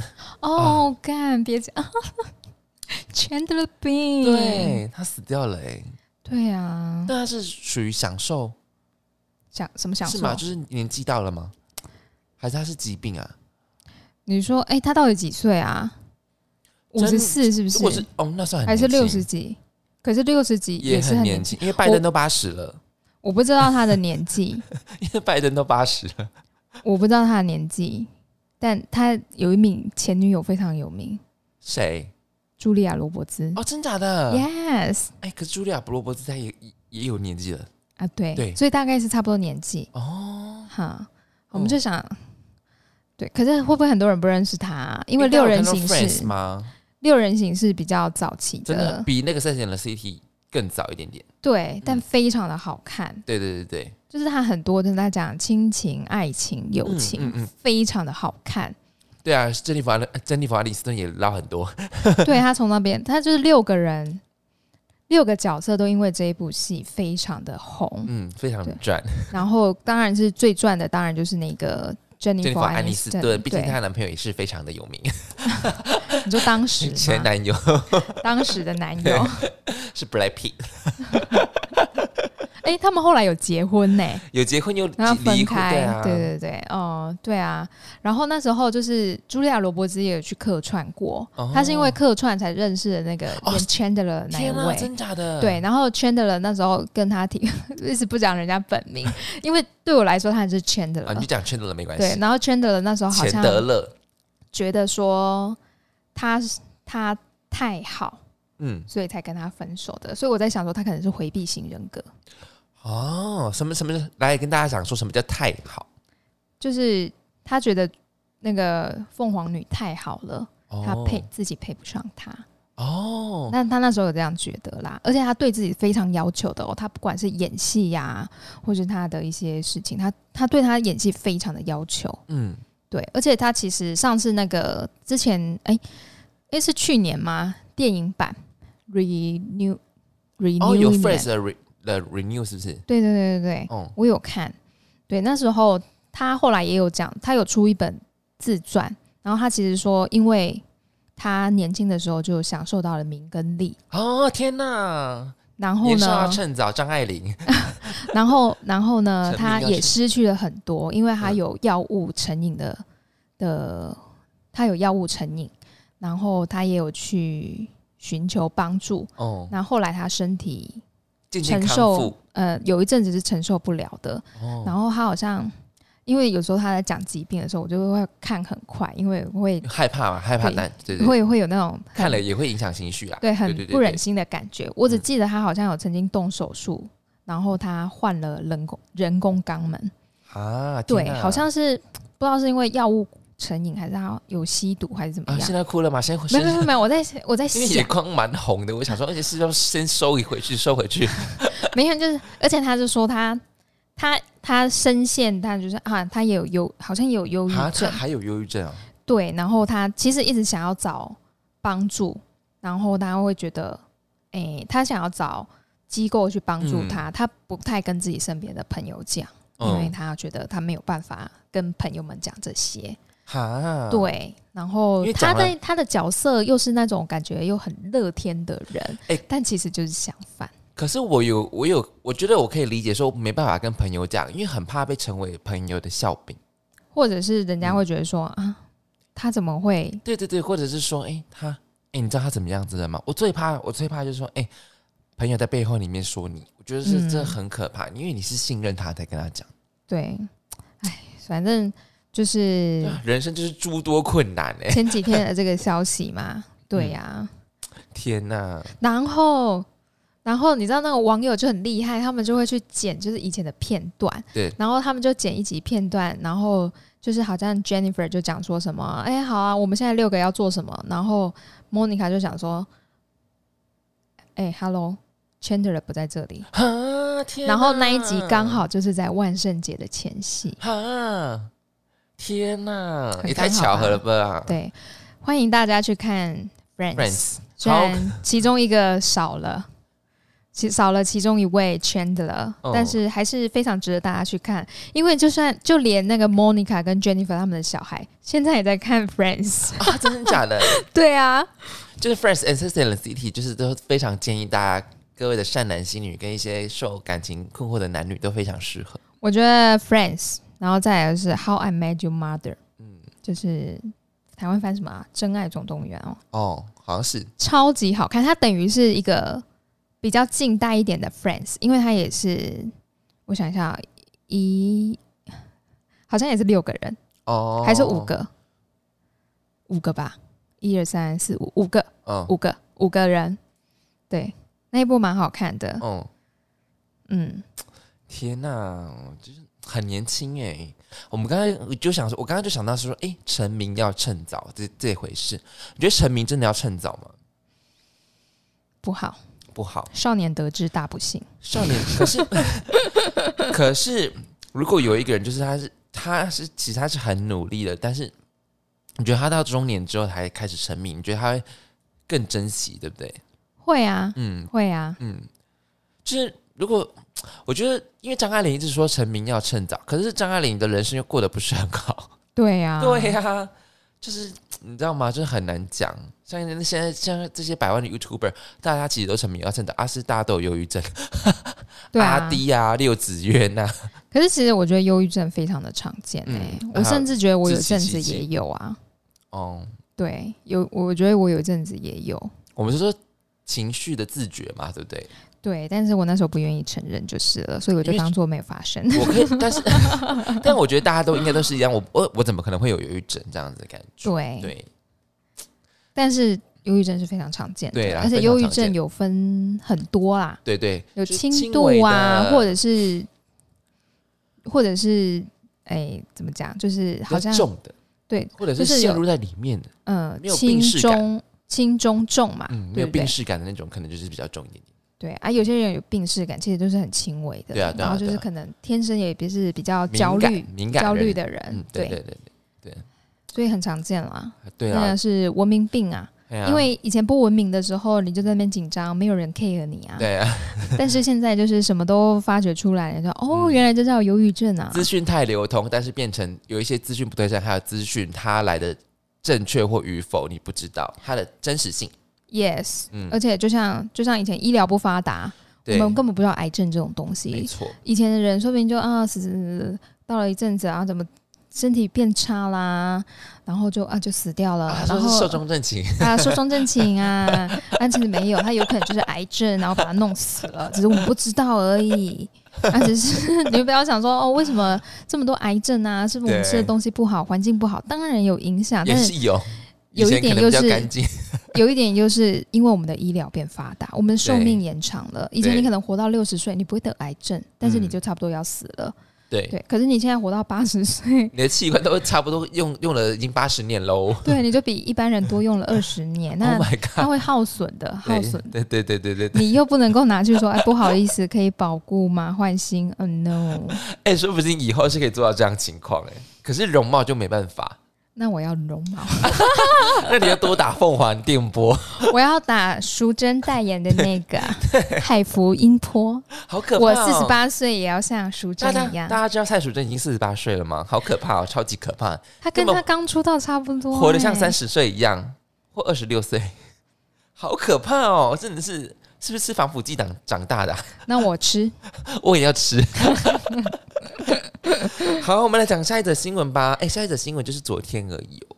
A: 哦，干、别讲 ，Chandler Bing，
B: 对他死掉了哎、
A: 对啊，
B: 那他是属于享受
A: 想什么想
B: 是
A: 说
B: 吗？？就是年纪到了吗？还是他是疾病啊？
A: 你说，哎、他到底几岁啊？五
B: 真
A: 十四是不
B: 如果是哦，那算很
A: 还是
B: 年
A: 六
B: 轻
A: 十几？可是六十几
B: 也
A: 是很
B: 很
A: 年
B: 年
A: 轻，
B: 轻，因为拜登都八十了，
A: 我不知道他的年纪，
B: 因为拜登都八十了。
A: 我不知道他的年纪，但他有一名前女友非常有名，
B: 谁？
A: 茱莉亚·罗伯兹。
B: 哦，真假的？哎、
A: yes
B: 可是茱莉亚·布罗伯兹她也也也有年纪了
A: 啊，对，
B: 对
A: 所以大概是差不多年纪
B: 哦。
A: 哈。我们就想，对，可是会不会很多人不认识他啊？因为
B: 大家
A: 六
B: 有
A: 人
B: 看到
A: 行
B: Friends
A: 是
B: 吗？
A: 六人行是比较早期
B: 真的嗯
A: 的，
B: 比那个《三点的 City》更早一点点。
A: 对，但非常的好看。
B: 对对对对，
A: 就是他很多跟他讲亲情、爱情、友情，
B: 嗯嗯嗯
A: 非常的好看。
B: 对啊，珍妮弗·珍妮弗·阿里斯顿也捞很多。
A: 对他从那边，他就是六个人，六个角色都因为这一部戏非常的红。
B: 嗯，非常
A: 对
B: 赚。
A: 然后当然是最赚的，当然就是那个
B: 珍妮
A: Jennifer
B: 弗·安妮斯
A: Aniston，
B: 顿，毕竟她
A: 对，
B: 的男朋友也是非常的有名，
A: 你说当时
B: 前
A: 嘛
B: 男友
A: 当时的男
B: 对
A: 友，
B: 是 Black Pink，
A: 哎、他们后来有结婚呢、
B: 有结婚又
A: 然后
B: 离
A: 分
B: 婚，对
A: 开，
B: 啊，
A: 对对对，哦、对啊。然后那时候就是茱莉亚·罗伯兹也有去客串过，
B: 哦
A: 她是因为客串才认识的那个
B: 哦
A: 演 Chandler 的那一
B: 天
A: 位。
B: 啊，真假的？
A: 对，然后 Chandler 那时候跟他提， 一直不讲人家本 名，因为对我来说他还是 Chandler、
B: 啊，你就讲圈德了没关
A: 对，
B: 系。
A: 然后 Chandler 那时候好
B: 钱德
A: 像
B: 勒，
A: 觉得说他他太好，
B: 嗯，
A: 所以才跟他分手的。所以我在想说，他可能是回避型人格，
B: 哦，什么什么，来跟大家讲说什么叫太好，
A: 就是他觉得那个凤凰女太好了，
B: 哦
A: 他配、自己配不上她。
B: 哦，
A: 那他那时候有这样觉得啦，而且他对自己非常要求的哦，他不管是演戏呀、或是他的一些事情，他他对他演技非常的要求。
B: 嗯，
A: 对，而且他其实上次那个之前，哎、诶是去年吗？电影版 renew renew
B: 哦，有
A: Union
B: Friends 的 re 的 renew 是不是？
A: 对对对对对，
B: 哦，
A: 我有看。对，那时候他后来也有讲，他有出一本自传，然后他其实说，因为他年轻的时候就享受到了名跟利，
B: 哦，天哪，
A: 然后
B: 年少要
A: 呢，
B: 趁早，张爱玲，
A: 然后然后呢，
B: 沉迷
A: 他
B: 要
A: 也
B: 去
A: 失去了很多，因为他
B: 嗯
A: 有药物成瘾的的，他有药物成瘾，然后他也有去寻求帮助。
B: 哦，
A: 那后来他身体
B: 渐渐
A: 承
B: 康
A: 受
B: 复，，
A: 呃，有一阵子是承受不了的。然
B: 哦，
A: 后他好像，因为有时候他在讲疾病的时候，我就会看很快，因为会
B: 害怕嘛，害怕
A: 对
B: 但对对，
A: 会会有那种很
B: 看了也会影响情绪啦，
A: 对很
B: 对对对
A: 不忍
B: 对
A: 心的感觉。我只
B: 嗯
A: 记得他好像有曾经动手术，然后他换了人工人工肛门，
B: 啊，
A: 对
B: 天，哪
A: 好像是不知道是因为药物成瘾还是他有吸毒还是怎么
B: 啊，
A: 样
B: 现。在哭了吗？先
A: 没
B: 先
A: 有没有没有，我在我在
B: 因为眼
A: 想，
B: 眶蛮红的，我想说，而且是要先收一回去，收回去。
A: 没有就是，而且他就说他他他深陷，但就是啊，他也有忧，好像也有忧郁
B: 啊，他
A: 症，
B: 还有忧郁症啊？
A: 对，然后他其实一直想要找帮助，然后他会觉得，诶，他想要找机构去帮助
B: 嗯
A: 他，他不太跟自己身边的朋友讲，因为
B: 嗯，
A: 他觉得他没有办法跟朋友们讲这些，
B: 哈，，
A: 对，然
B: 嗯因
A: 后
B: 为
A: 他
B: 讲了
A: 的他的角色又是那种感觉又很乐天的人，
B: 诶
A: 但其实就是相反，
B: 可是我有，我有，我觉得我可以理解，说没办法跟朋友讲，因为很怕被成为朋友的笑柄。
A: 或者是人家会觉得说、
B: 嗯
A: 啊，他怎么会
B: 对对对，或者是说，哎、他，哎、你知道他怎么样子的吗？我最怕，我最怕就是说，哎、朋友在背后里面说你，我觉得这、
A: 嗯
B: 这很可怕，因为你是信任他才跟他讲。
A: 对，哎，反正就是。
B: 人生就是诸多困难 哎、
A: 前几天的这个消息 嘛，对呀、
B: 天哪，
A: 然后，然后你知道那个网友就很厉害，他们就会去剪就是以前的片段，
B: 对
A: 然后他们就剪一集片段，然后就是好像 Jennifer 就讲说什么，哎，好啊，我们现在六个要做什么，然后 Monica 就想说，哎，Hello。Chandler 不在这里，
B: 啊天哪，
A: 然后那一集刚好就是在万圣节的前夕，
B: 哈，天哪，
A: 很
B: 也太
A: 刚好
B: 巧合
A: 吧
B: 了吧？
A: 对，欢迎大家去看
B: 啊 Friends，
A: 虽然其中一个少了，其少了其中一位 Chandler，、
B: 哦
A: 但是还是非常值得大家去看，因为就算就连那个 Monica 跟 Jennifer 他们的小孩，现在也在看 Friends。
B: 啊，真的假的？
A: 对啊，
B: 就是 Friends and Sister and City，就是都非常建议大家各位的善男信女跟一些受感情困惑的男女都非常适合。
A: 我觉得 Friends，然后再来就是 How I Met Your Mother，
B: 嗯，
A: 就是台湾翻什么、啊《真爱总动员》哦，
B: 哦，好像是
A: 超级好看。它等于是一个比较近代一点的 Friends，因为它也是我想一下啊，一好像也是六个人。
B: 哦，
A: 还是五，个，五个吧，一二三四五，五个，
B: 嗯
A: 五个，五个人，对，那一部蛮好看的，
B: 嗯，
A: 嗯，
B: 天哪、就是很年轻哎、我们刚才就想说，我刚刚就想到说，哎、成名要趁早这这回事，你觉得成名真的要趁早吗？
A: 不好，
B: 不好，
A: 少年得志大不幸，
B: 少年， 可是可是，如果有一个人，就是他是他是其实他是很努力的，但是你觉得他到中年之后才开始成名，你觉得他会更珍惜，对不对？
A: 会啊，
B: 嗯
A: 会啊，
B: 嗯，就是如果我觉得，因为张爱玲一直说成名要趁早，可是张爱玲的人生又过得不是很 好，
A: 对啊，
B: 对呀、就是你知道吗？就是很难讲。像现在像这些百万的 YouTuber，大家其实都成名要趁早，阿、啊、是大家都有忧郁症，
A: 对
B: 阿
A: 啊。
B: 迪啊、六子渊呐、
A: 可是其实我觉得忧郁症非常的常见诶、
B: 嗯
A: 我甚至觉得我有
B: 自欺
A: 阵
B: 欺
A: 子
B: 己
A: 也有啊，
B: 哦，
A: 对，有，我觉得我有阵子也有，
B: 我们是说情绪的自觉嘛，对不对？
A: 对，但是我那时候不愿意承认就是了，所以我就
B: 因为
A: 当做没有发生。
B: 我可以， 但是但我觉得大家都应该都是一样，我我我怎么可能会有忧郁症这样子的感觉？
A: 对，
B: 对
A: 但是忧郁症是非常常见的，
B: 对啦啊
A: 而且
B: 非常
A: 忧郁
B: 常见
A: 症有分很多啦，
B: 对对，
A: 有
B: 就是
A: 轻
B: 微
A: 度
B: 的
A: 啊，或者是或者是哎、怎么讲，就是
B: 比较
A: 好像
B: 重的，
A: 对，
B: 或者
A: 就是是
B: 陷
A: 有
B: 入在里面的，
A: 呃
B: 没有
A: 轻
B: 病逝感
A: 中轻中重嘛，
B: 嗯，
A: 啊
B: 没
A: 对
B: 有
A: 不对
B: 病？视感的那种，可能就是比较重一点点。
A: 对啊，有些人有病逝感，其实都是很轻微的，
B: 对啊对啊
A: 然后就是
B: 对啊
A: 可能天生也不是比较
B: 敏
A: 焦
B: 感
A: 虑、
B: 敏感
A: 焦虑
B: 人，
A: 的人，
B: 嗯，对对对
A: 所以很常见啦，
B: 对对
A: 真
B: 啊
A: 的，是文明病啊。
B: 对啊
A: 因为以前不文明的时候，你就在那边紧张，没有人 care 你啊。
B: 对啊，
A: 但是现在就是什么都发掘出来了，说哦，
B: 嗯
A: 原来这叫忧郁症啊。
B: 资讯太流通，但是变成有一些资讯不对称，还有资讯它来的正确或与否，你不知道它的真实性。
A: yes，、
B: 嗯
A: 而且就像就像以前医疗不发达，呃我
B: 对，
A: 们根本不知道癌症这种东
B: 没
A: 西。
B: 错，
A: 以前的人说不定就啊，死死死死到了一阵子啊，怎么身体变差啦，然后就啊就死掉了，
B: 啊，
A: 然
B: 说是
A: 后
B: 寿终正寝，
A: 啊寿终正寝啊， 但其实没有，他有可能就是癌症，然后把他弄死了，只是我们不知道而已。啊，只是 你就不要想说哦，为什么这么多癌症啊？是不是我们
B: 对
A: 吃的东西不好，环境不好？当然有影响，
B: 也
A: 但
B: 是有，
A: 有
B: 以
A: 一
B: 前
A: 点
B: 可能
A: 又
B: 比较
A: 是
B: 干净，
A: 有一点就是因为我们的医疗变发达，我们的寿
B: 对
A: 命延长了。以前你
B: 对
A: 可能活到六十岁，你不会得癌症，但是你
B: 嗯
A: 就差不多要死了。
B: 对，
A: 对，可是你现在活到八十岁，
B: 你的器官都差不多用用了已经八十年喽。
A: 对，你就比一般人多用了二十年，
B: Oh
A: 那
B: my
A: 它
B: god！
A: 会耗损的，耗损。
B: 对对对对对 对，
A: 你又不能够拿去说，哎，不好意思，可以保固吗？换新？嗯、no，
B: 哎、说不定以后是可以做到这样的情况哎、可是容貌就没办法，
A: 那我要绒毛，
B: 那你要多打凤凰电波，
A: 我要打淑珍代言的那 个海福音波，
B: 好可怕、哦
A: 我哦四十，八岁也要像淑珍
B: 大家
A: 一样
B: 大。家知道蔡淑珍已经四十八岁了吗？好可怕哦，超级可怕，
A: 她跟
B: 那么
A: 她刚出道差不多、
B: 活得像
A: 哎
B: 三十岁一样，或二十六岁，好可怕哦！真的是，是不是吃防腐剂长长大的啊、
A: 那我吃，
B: 我也要吃。 好，我们来讲下一则新闻吧。哎、下一则新闻就是昨天而已哦。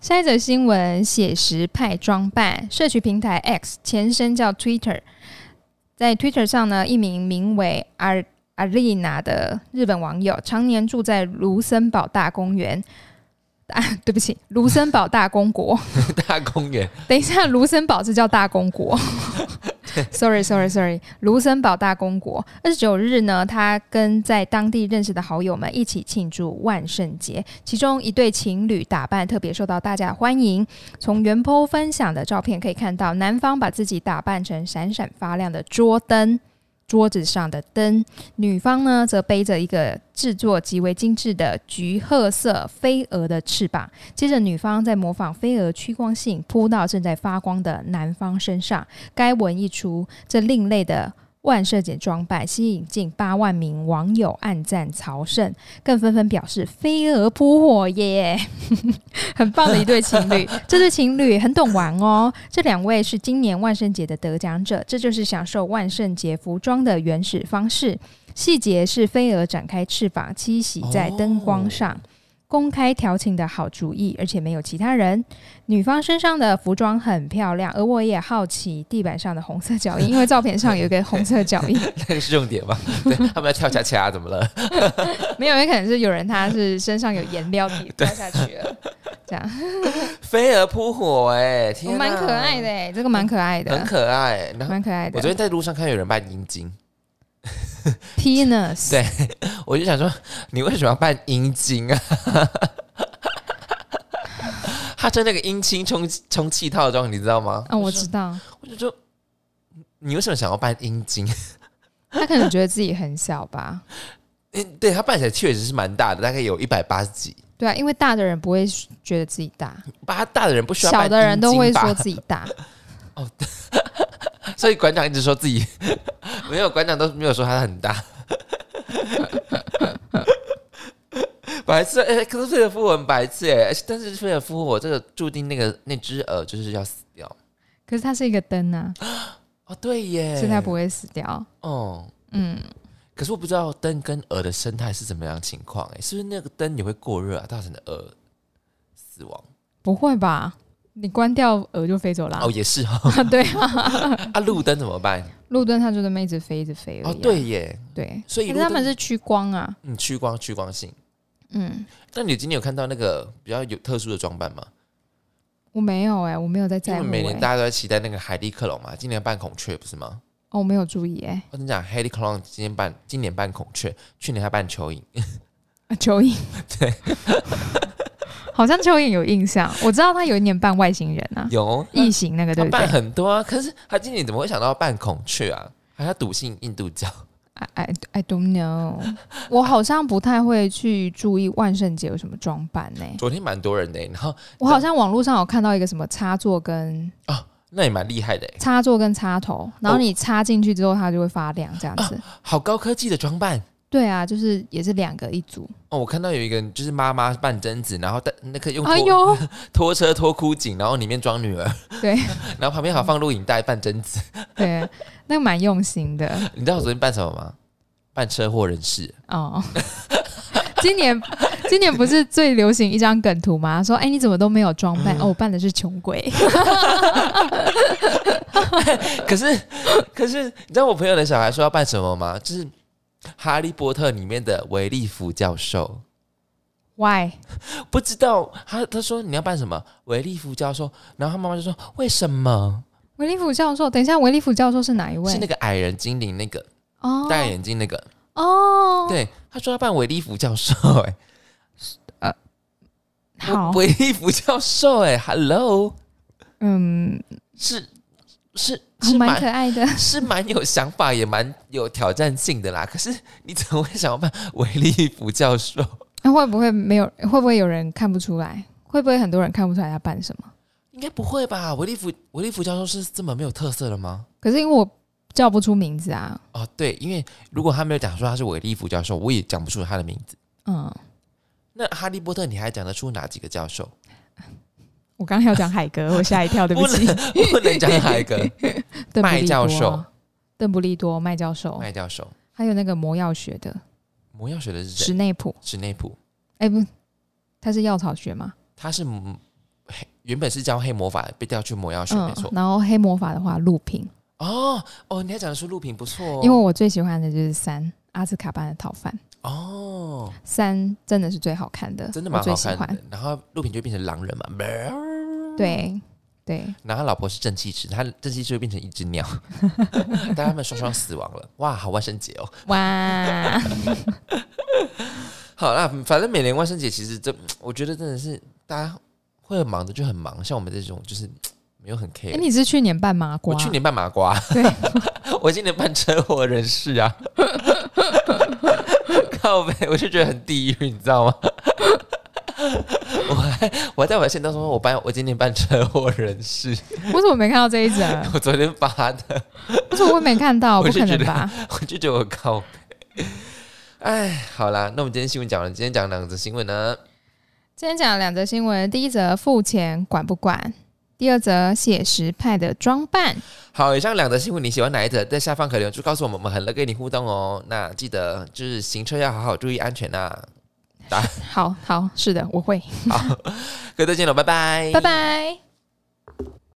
A: 下一则新闻：写实派装扮社区平台 X，前身叫 Twitter，在 Twitter 上呢，一名名为阿阿丽娜的日本网友，常年住在卢森堡大公园。啊，对不起，卢森堡大公国。
B: 大公 园，
A: 等一下，卢森堡是叫大公国。Sorry，Sorry，Sorry，卢森堡大公国。二十九日呢，他跟在当地认识的好友们一起庆祝万圣节，其中一对情侣打扮特别受到大家欢迎。从原 po 分享的照片可以看到，男方把自己打扮成闪闪发亮的桌灯。桌子上的灯，女方呢则背着一个制作极为精致的橘褐色飞蛾的翅膀，接着女方在模仿飞蛾趋光性扑到正在发光的男方身上，该文一出，这另类的万圣节装扮吸引近八万名网友暗赞朝圣，更纷纷表示飞蛾扑火耶， 很棒的一对情侣。这对情侣很懂玩哦，这两位是今年万圣节的得奖者，这就是享受万圣节服装的原始方式。细节是飞蛾展开翅膀栖息在灯光上。公开调情的好主意，而且没有其他人。女方身上的服装很漂亮，而我也好奇地板上的红色脚印，因为照片上有一个红色脚印，
B: 那个是重点吧？对他们要跳恰恰，怎么了？
A: 没有，也可能是有人他是身上有颜料滴掉下去了，这样
B: 飞蛾扑火、哎，天、啊，
A: 蛮可爱的、欸，这个蛮可爱
B: 很
A: 的，
B: 可爱。然后
A: 蛮可爱
B: 我
A: 的。
B: 昨天在路上看到有人扮阴 茎，
A: Penis，
B: 对我就想说，你为什么要扮阴茎啊？ 他穿那个阴茎充充气套装，你知道吗？
A: 啊，我知道，
B: 我就说，你为什么想要扮阴茎？
A: 他可能觉得自己很小吧？
B: 嗯，对，他扮起来确实是蛮大的，大概有一百八十几。
A: 对啊，因为大的人不会觉得自己大，
B: 八大的人不需要扮
A: 小的人都会
B: 阴茎吧
A: 说自己大。
B: 所以馆长一直说自己 没有，馆长都没有说他很大。白痴，哎、可是菲尔夫我很白痴哎、而且但是菲尔夫我这个注定那个那只鹅就是要死掉。
A: 可是它是一个灯啊，
B: 哦， 对耶，
A: 所以它不会死掉。
B: 哦。
A: 嗯，
B: 可是我不知道灯跟鹅的生态是怎么样的情况哎、是不是那个灯也会过热啊，造成的鹅死亡？
A: 不会吧？你关掉鹅就飞走了啊、
B: 哦，也是哦。
A: 对啊，
B: 啊，路灯怎么办？
A: 路灯它就这么一直飞，一直飞而已啊、
B: 哦，对耶，
A: 对，
B: 所以
A: 可
B: 路
A: 是他
B: 灯
A: 们是趋光啊，
B: 嗯趋光趋光性。
A: 嗯，
B: 那你今天有看到那个比较有特殊的装扮吗？
A: 我没有哎、我没有在
B: 因
A: 在
B: 为
A: 乎、
B: 每年
A: 欸
B: 大家都在期待那个海蒂克隆嘛，今年办孔雀不是吗？
A: 哦，我没有注意哎、
B: 我跟你讲，海蒂克隆今年办今年办孔雀，去年还办蚯 蚓，
A: 啊蚯蚓， 对，好像蚯蚓有印象，我知道他有一年扮外星人啊，
B: 有
A: 异形那个
B: 他
A: 对不对
B: 办？很多啊，可是他今年怎么会想到办孔雀啊？还要笃信印 度教？
A: I I I don't know，我好像不太会去注意万圣节有什么装扮呢、
B: 昨天蛮多人的欸、然后
A: 我好像网络上有看到一个什么插座跟
B: 那也蛮厉害的、欸，
A: 插座跟插头，然后你插进去之后它就会发亮这样子。
B: 好高科技的装扮
A: 对啊，就是也是两个一组。
B: 哦！我看到有一个就是妈妈扮贞子，然后带那个用拖、
A: 哎呦，
B: 拖车拖枯井，然后里面装女儿，
A: 对，
B: 然后旁边还放录影带扮贞子。
A: 对，那个蛮用心的
B: 你知道我昨天扮什么吗？扮车祸人士。
A: 哦。 今年今年不是最流行一张梗图吗？说哎、你怎么都没有装
B: 嗯
A: 扮？哦，我扮的是穷鬼。
B: 可是，可是，你知道我朋友的小孩说要扮什么吗？就是《哈利波特》里面的维利福教授。
A: Why？
B: 不知道他他说你要办什么？维利福教授，然后他妈妈就说为什么？
A: 维利福教授，等一下，维利福教授是哪一位？
B: 是那个矮人精灵那个
A: 哦
B: 戴眼镜那个？
A: 哦，，
B: 对，他说要办维利福教授、哎，
A: 好，
B: 维利福教授、哎，Hello，
A: 嗯，
B: 是是
A: 还
B: 是
A: 哦蛮
B: 蛮
A: 可爱的。
B: 是蛮有想法，也蛮有挑战性的啦。可是你怎么会想要办维利福教授？
A: 那会不会没有？会不会有人看不出来？会不会很多人看不出来他办什么？
B: 应该不会吧？维利福维利福教授是这么没有特色的吗？
A: 可是因为我叫不出名字啊，
B: 哦，对，因为如果他没有讲说他是维利福教授，我也讲不出他的名字。
A: 嗯，
B: 那哈利波特你还讲得出哪几个教 授？
A: 我刚才要讲海 格，我吓一跳，对不起，
B: 不能讲哪一个
A: 邓布
B: 麦
A: 利
B: 教
A: 多
B: 授
A: 啊，邓布利多，麦教授，
B: 麦教授。
A: 还有那个魔药学的
B: 魔药学的是
A: 史
B: 谁？
A: 内普，
B: 史内普，
A: 哎、不，他是药草学嘛，
B: 他是嗯黑原本是教黑魔法，被调去魔药学，没
A: 嗯
B: 错，。
A: 然后黑魔法的话，陆平，
B: 哦哦，你还讲得出陆平不错哦，
A: 因为我最喜欢的就是三阿兹卡班的逃犯，
B: 哦，
A: 三真的是最好看的，
B: 真的
A: 我
B: 蛮
A: 最
B: 好
A: 喜
B: 看
A: 欢
B: 的。。然后陆平就变成狼人嘛，
A: 对对，
B: 然后他老婆是正气池，他正气池就变成一只 鸟，但他们双双死亡了。哇，好万圣节哦！
A: 哇，哎
B: 好啦，反正每年万圣节其实这，我觉得真的是大家会很忙的就很忙，像我们这种就是没有很 care
A: 哎、。你是去年办麻瓜？
B: 我去年办麻瓜，
A: 对，
B: 我今年办车祸人士啊， 靠背，我就觉得很地狱，你知道吗？ 我还我还在我的线当中说，我办我今年办车祸人士，
A: 我怎么没看到这一则？
B: 我昨天发的，
A: 我怎么会没看到？不
B: 我就
A: 可能
B: 觉得
A: 吧？
B: 我就觉得我靠背。哎，好啦，那我们今天新闻讲完，今天讲两则新闻啊呢。
A: 今天讲两则新闻，第一则付钱管不管，第二则写实派的装扮。
B: 好，以上两则新闻你喜欢哪一则？在下方可留言处告诉我们，我们很乐意跟你互动哦。那记得就是行车要好好注意安全啊。
A: 好好，是的，我会，
B: 好，各位再见喽，拜拜，
A: 拜拜。